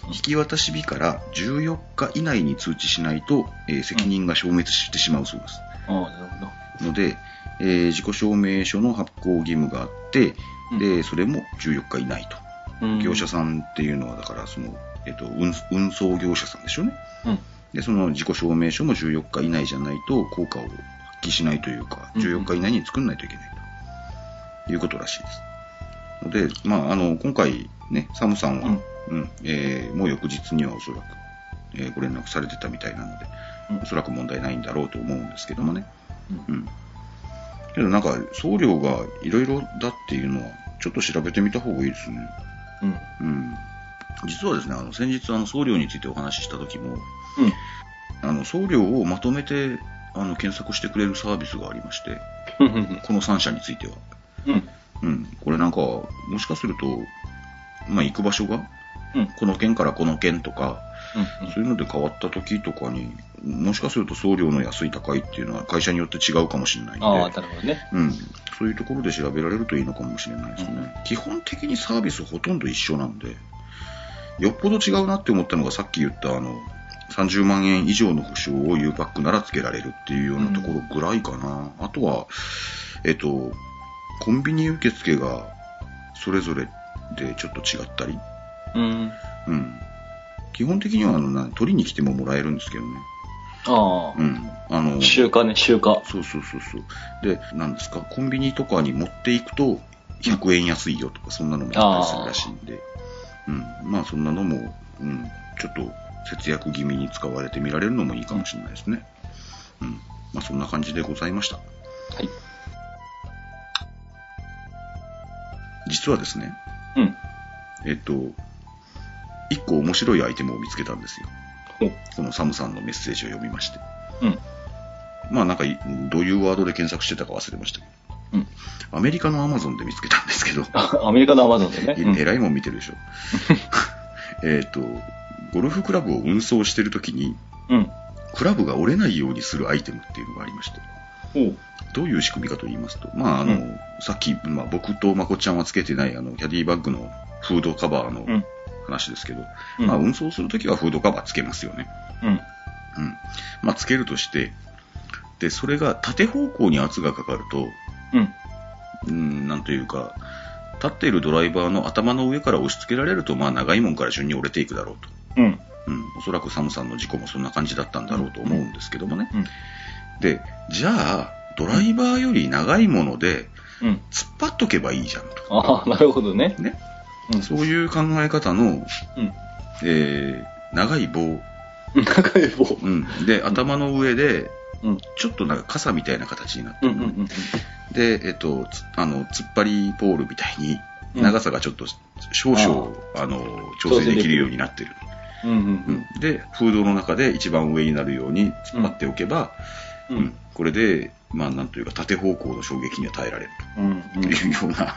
Speaker 2: 引き渡し日から14日以内に通知しないと、えー責任が消滅してしまうそうです。
Speaker 3: ああ、なるほど。
Speaker 2: ので、えー自己証明書の発行義務があって、で、それも14日以内と。
Speaker 3: うん
Speaker 2: 業者さんっていうのは、だから、その、えっ、と運、運送業者さんでしょうね。
Speaker 3: うん。
Speaker 2: で、その自己証明書も14日以内じゃないと効果を発揮しないというか、
Speaker 3: うん
Speaker 2: 14日以内に作んないといけないということらしいです。ので、まあ、あの、今回ね、サムさんは、うん、えーもう翌日にはおそらく、えーご連絡されてたみたいなので、
Speaker 3: うん
Speaker 2: おそらく問題ないんだろうと思うんですけどもね。
Speaker 3: う
Speaker 2: うん。けどなんか、送料がいろいろだっていうのは、ちょっと調べてみた方がいいですね。
Speaker 3: うん。
Speaker 2: うん。実はですね、あの、先日、あの、送料についてお話しした時も、
Speaker 3: うん。
Speaker 2: あの、送料をまとめて、あの、検索してくれるサービスがありまして、
Speaker 3: うん。うん
Speaker 2: この3社については。
Speaker 3: うん。
Speaker 2: うん。これなんか、もしかすると、まあ、行く場所が、
Speaker 3: うん
Speaker 2: この県からこの県とか、
Speaker 3: うん
Speaker 2: そういうので変わった時とかに、もしかすると送料の安い高いっていうのは会社によって違うかもしれないんで。
Speaker 3: ああ、なるほどね。
Speaker 2: うん、そういうところで調べられるといいのかもしれないですね、基本的にサービスほとんど一緒なんで、よっぽど違うなって思ったのが、さっき言ったあの30万円以上の保証を U パックならつけられるっていうようなところぐらいかな、あとは、えっと、コンビニ受付がそれぞれでちょっと違ったり、
Speaker 3: うん。
Speaker 2: うん、基本的にはあのな取りに来てももらえるんですけどね。
Speaker 3: あ
Speaker 2: うんあの
Speaker 3: あ。週刊ね、週刊。
Speaker 2: そうそうそうそう。で、なんですか、コンビニとかに持っていくと、100円安いよとか、そんなのもあったりするらしいんで、うん、まあそんなのも、うん、ちょっと節約気味に使われてみられるのもいいかもしれないですね。うん、まあそんな感じでございました。
Speaker 3: はい。
Speaker 2: 実はですね、
Speaker 3: うん。
Speaker 2: えっと、一個面白いアイテムを見つけたんですよ。このサムさんのメッセージを読みまして。
Speaker 3: おうん。
Speaker 2: まあなんかい、どういうワードで検索してたか忘れましたけ
Speaker 3: うん。
Speaker 2: ど、アメリカのアマゾンで見つけたんですけ ど、
Speaker 3: あアメリカのアマゾンでね。うん
Speaker 2: えらいもん見てるで しょ。えっと、ゴルフクラブを運送してるときに、
Speaker 3: うん。
Speaker 2: クラブが折れないようにするアイテムっていうのがありまして、
Speaker 3: おう。
Speaker 2: どういう仕組みかと言いますと、まああの、
Speaker 3: う
Speaker 2: さっき、まあ、僕とまこっちゃんはつけてないあのキャディバッグのフードカバーの
Speaker 3: うん。
Speaker 2: 話ですけど、
Speaker 3: うん
Speaker 2: まあ運送するときはフードカバーつけますよね。
Speaker 3: うん。
Speaker 2: うん。まあつけるとして、で、それが縦方向に圧がかかると、
Speaker 3: うん。
Speaker 2: うん、なんというか、立っているドライバーの頭の上から押し付けられると、まあ、長いもんから順に折れていくだろうと。
Speaker 3: うん。
Speaker 2: うん、おそらくサムさんの事故もそんな感じだったんだろうと思うんですけどもね。
Speaker 3: うん。
Speaker 2: で、じゃあ、ドライバーより長いもので、
Speaker 3: うん。
Speaker 2: 突っ張っとけばいいじゃんと。
Speaker 3: ああ、なるほどね。
Speaker 2: ね。
Speaker 3: うん。
Speaker 2: そういう考え方の、
Speaker 3: うん。
Speaker 2: えー、長い棒。
Speaker 3: 中い棒。
Speaker 2: うん。で、頭の上で、
Speaker 3: うん。
Speaker 2: ちょっとなんか傘みたいな形になって
Speaker 3: うん。
Speaker 2: る
Speaker 3: う
Speaker 2: の
Speaker 3: ん
Speaker 2: ね、
Speaker 3: うん。
Speaker 2: で、えっと、つあの、突っ張りポールみたいに、
Speaker 3: うん
Speaker 2: 長さがちょっと少々、あの、調整できるようになってる。
Speaker 3: うん。うん。
Speaker 2: うんで、フードの中で一番上になるように突っ張っておけば、
Speaker 3: う
Speaker 2: うん
Speaker 3: ん。
Speaker 2: これで、まあ、なんというか、縦方向の衝撃には耐えられる
Speaker 3: うん。
Speaker 2: というような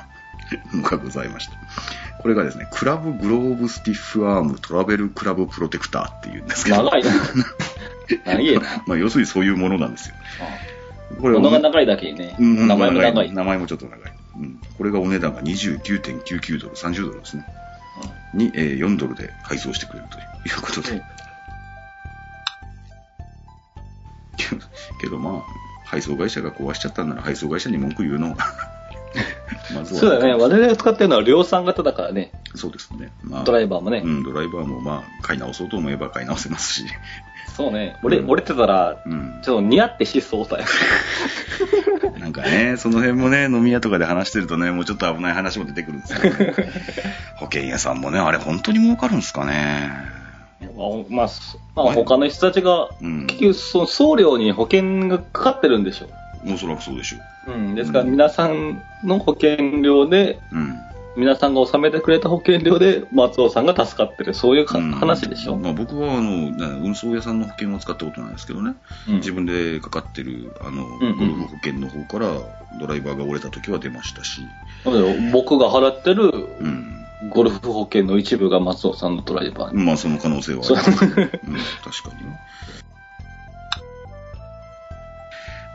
Speaker 2: のがございました。これがですね、クラブグローブスティッフアームトラベルクラブプロテクターっていうんですけど、
Speaker 3: 長いな。長いな。
Speaker 2: まあ、要するにそういうものなんですよ。こ
Speaker 3: 物が長いだけにね、
Speaker 2: うん
Speaker 3: 名前も長い。
Speaker 2: 名前もちょっと長い。うん、これがお値段が29.99ドル、30ドルですね。に、えー4ドルで配送してくれるということで。
Speaker 3: うん
Speaker 2: けどまあ、配送会社が壊しちゃったんなら配送会社に文句言うの がまずは
Speaker 3: そうだね、我々が使ってるのは量産型だからね、
Speaker 2: そうですね。まあ、
Speaker 3: ドライバーもね。
Speaker 2: うん、ドライバーもまあ、買い直そうと思えば買い直せますし。
Speaker 3: そうね、俺、
Speaker 2: うん
Speaker 3: 折れてたら、
Speaker 2: うん
Speaker 3: ち。ょっと似合って失踪さや。
Speaker 2: なんかね、その辺もね、飲み屋とかで話してるとね、もうちょっと危ない話も出てくるんですけど、 ね、保険屋さんもね、あれ本当に儲かるんですかね。
Speaker 3: まあ、そまあ、他の人たちが、
Speaker 2: うん。
Speaker 3: 結局その送料に保険がかかってるんでしょ。
Speaker 2: おそらくそうでしょう。
Speaker 3: うん、ですから皆さんの保険料で、
Speaker 2: うん。
Speaker 3: 皆さんが納めてくれた保険料で松尾さんが助かってる、そういうか
Speaker 2: うん
Speaker 3: 話でしょ。
Speaker 2: まあ、僕はあの、な運送屋さんの保険は使ったことないですけどね、
Speaker 3: うん
Speaker 2: 自分でかかってるあの、
Speaker 3: うん
Speaker 2: ゴルフ保険の方からドライバーが折れた時は出ましたし、
Speaker 3: なので僕が払ってる
Speaker 2: うん。
Speaker 3: ゴルフ保険の一部が松尾さんのドライバーに。
Speaker 2: まあ、その可能性はあ ります、ね。うん、確かにね。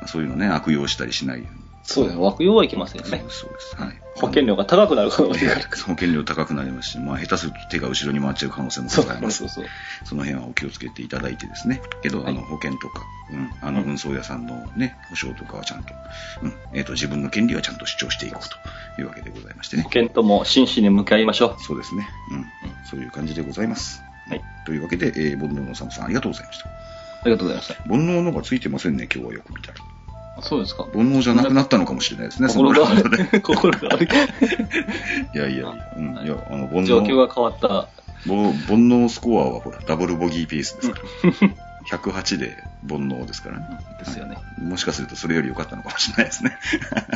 Speaker 2: そういうのね、悪用したりしないように。
Speaker 3: そうだよ、枠用はいけませんよ
Speaker 2: そう
Speaker 3: ね
Speaker 2: で。す、そうです。はい。
Speaker 3: 保険料が高くなる可能性があるか
Speaker 2: 保険料高くなりますし、まあ、下手すると手が後ろに回っちゃう可能性も
Speaker 3: ら。
Speaker 2: ございます。
Speaker 3: そう。
Speaker 2: その辺はお気をつけていただいてですね。けど、あの、
Speaker 3: は
Speaker 2: 保険とか、うん、あの、
Speaker 3: うん
Speaker 2: 運送屋さんのね、保証とかはちゃんと、うん、えっ、と、自分の権利はちゃんと主張していこうというわけでございましてね
Speaker 3: 保。険とも真摯に向き合いましょ
Speaker 2: そうですね。うん。そういう感じでございます。
Speaker 3: はい。
Speaker 2: というわけで、えー、ボンノーのサムさんありがとうございました。
Speaker 3: う。ありがとうございまし
Speaker 2: 煩悩のがついてませんね、今日はよく見たら。
Speaker 3: た。そうですか。
Speaker 2: 煩悩じゃなくなったのかもしれないですね、
Speaker 3: 心
Speaker 2: そ
Speaker 3: が
Speaker 2: の
Speaker 3: 悪い。心 が悪い。
Speaker 2: いやいやいや、うん、いや、あの、煩
Speaker 3: 状況
Speaker 2: 悩、
Speaker 3: が変わった。
Speaker 2: ぼ煩悩スコアはほら、ダブルボギーペースですから。 108で煩悩ですからね。
Speaker 3: ですよね。
Speaker 2: もしかするとそれより良かったのかもしれないですね。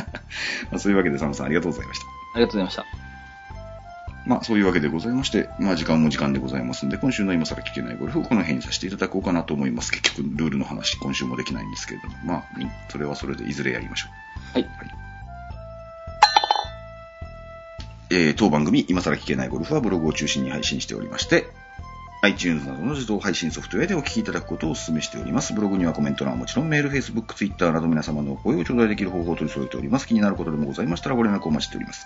Speaker 2: まあそういうわけで、サムさんありがとうございました。
Speaker 3: ありがとうございました。
Speaker 2: まあそういうわけでございまして、まあ時間も時間でございますんで、今週の今更聞けないゴルフをこの辺にさせていただこうかなと思います。結局、ルールの話、今週もできないんですけれども、まあ、うんそれはそれでいずれやりましょう。
Speaker 3: はい。
Speaker 2: えー当番組、今更聞けないゴルフはブログを中心に配信しておりまして、iTunes などの自動配信ソフトウェアでお聞きいただくことをお勧めしております。ブログにはコメント欄はもちろんメール、Facebook、Twitter など皆様のお声を頂戴できる方法を取り揃えております。気になることでもございましたらご連絡をお待ちしております。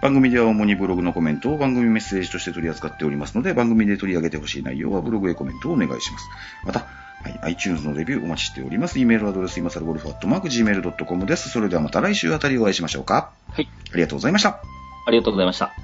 Speaker 2: 番組では主にブログのコメントを番組メッセージとして取り扱っておりますので、番組で取り上げてほしい内容はブログへコメントをお願いします。また、はい、iTunes のレビューお待ちしております。e メールアドレス、今更ゴルフアットマーク Gmail.com です。それではまた来週あたりお会いしましょうか。
Speaker 3: はい。
Speaker 2: ありがとうございました。
Speaker 3: ありがとうございました。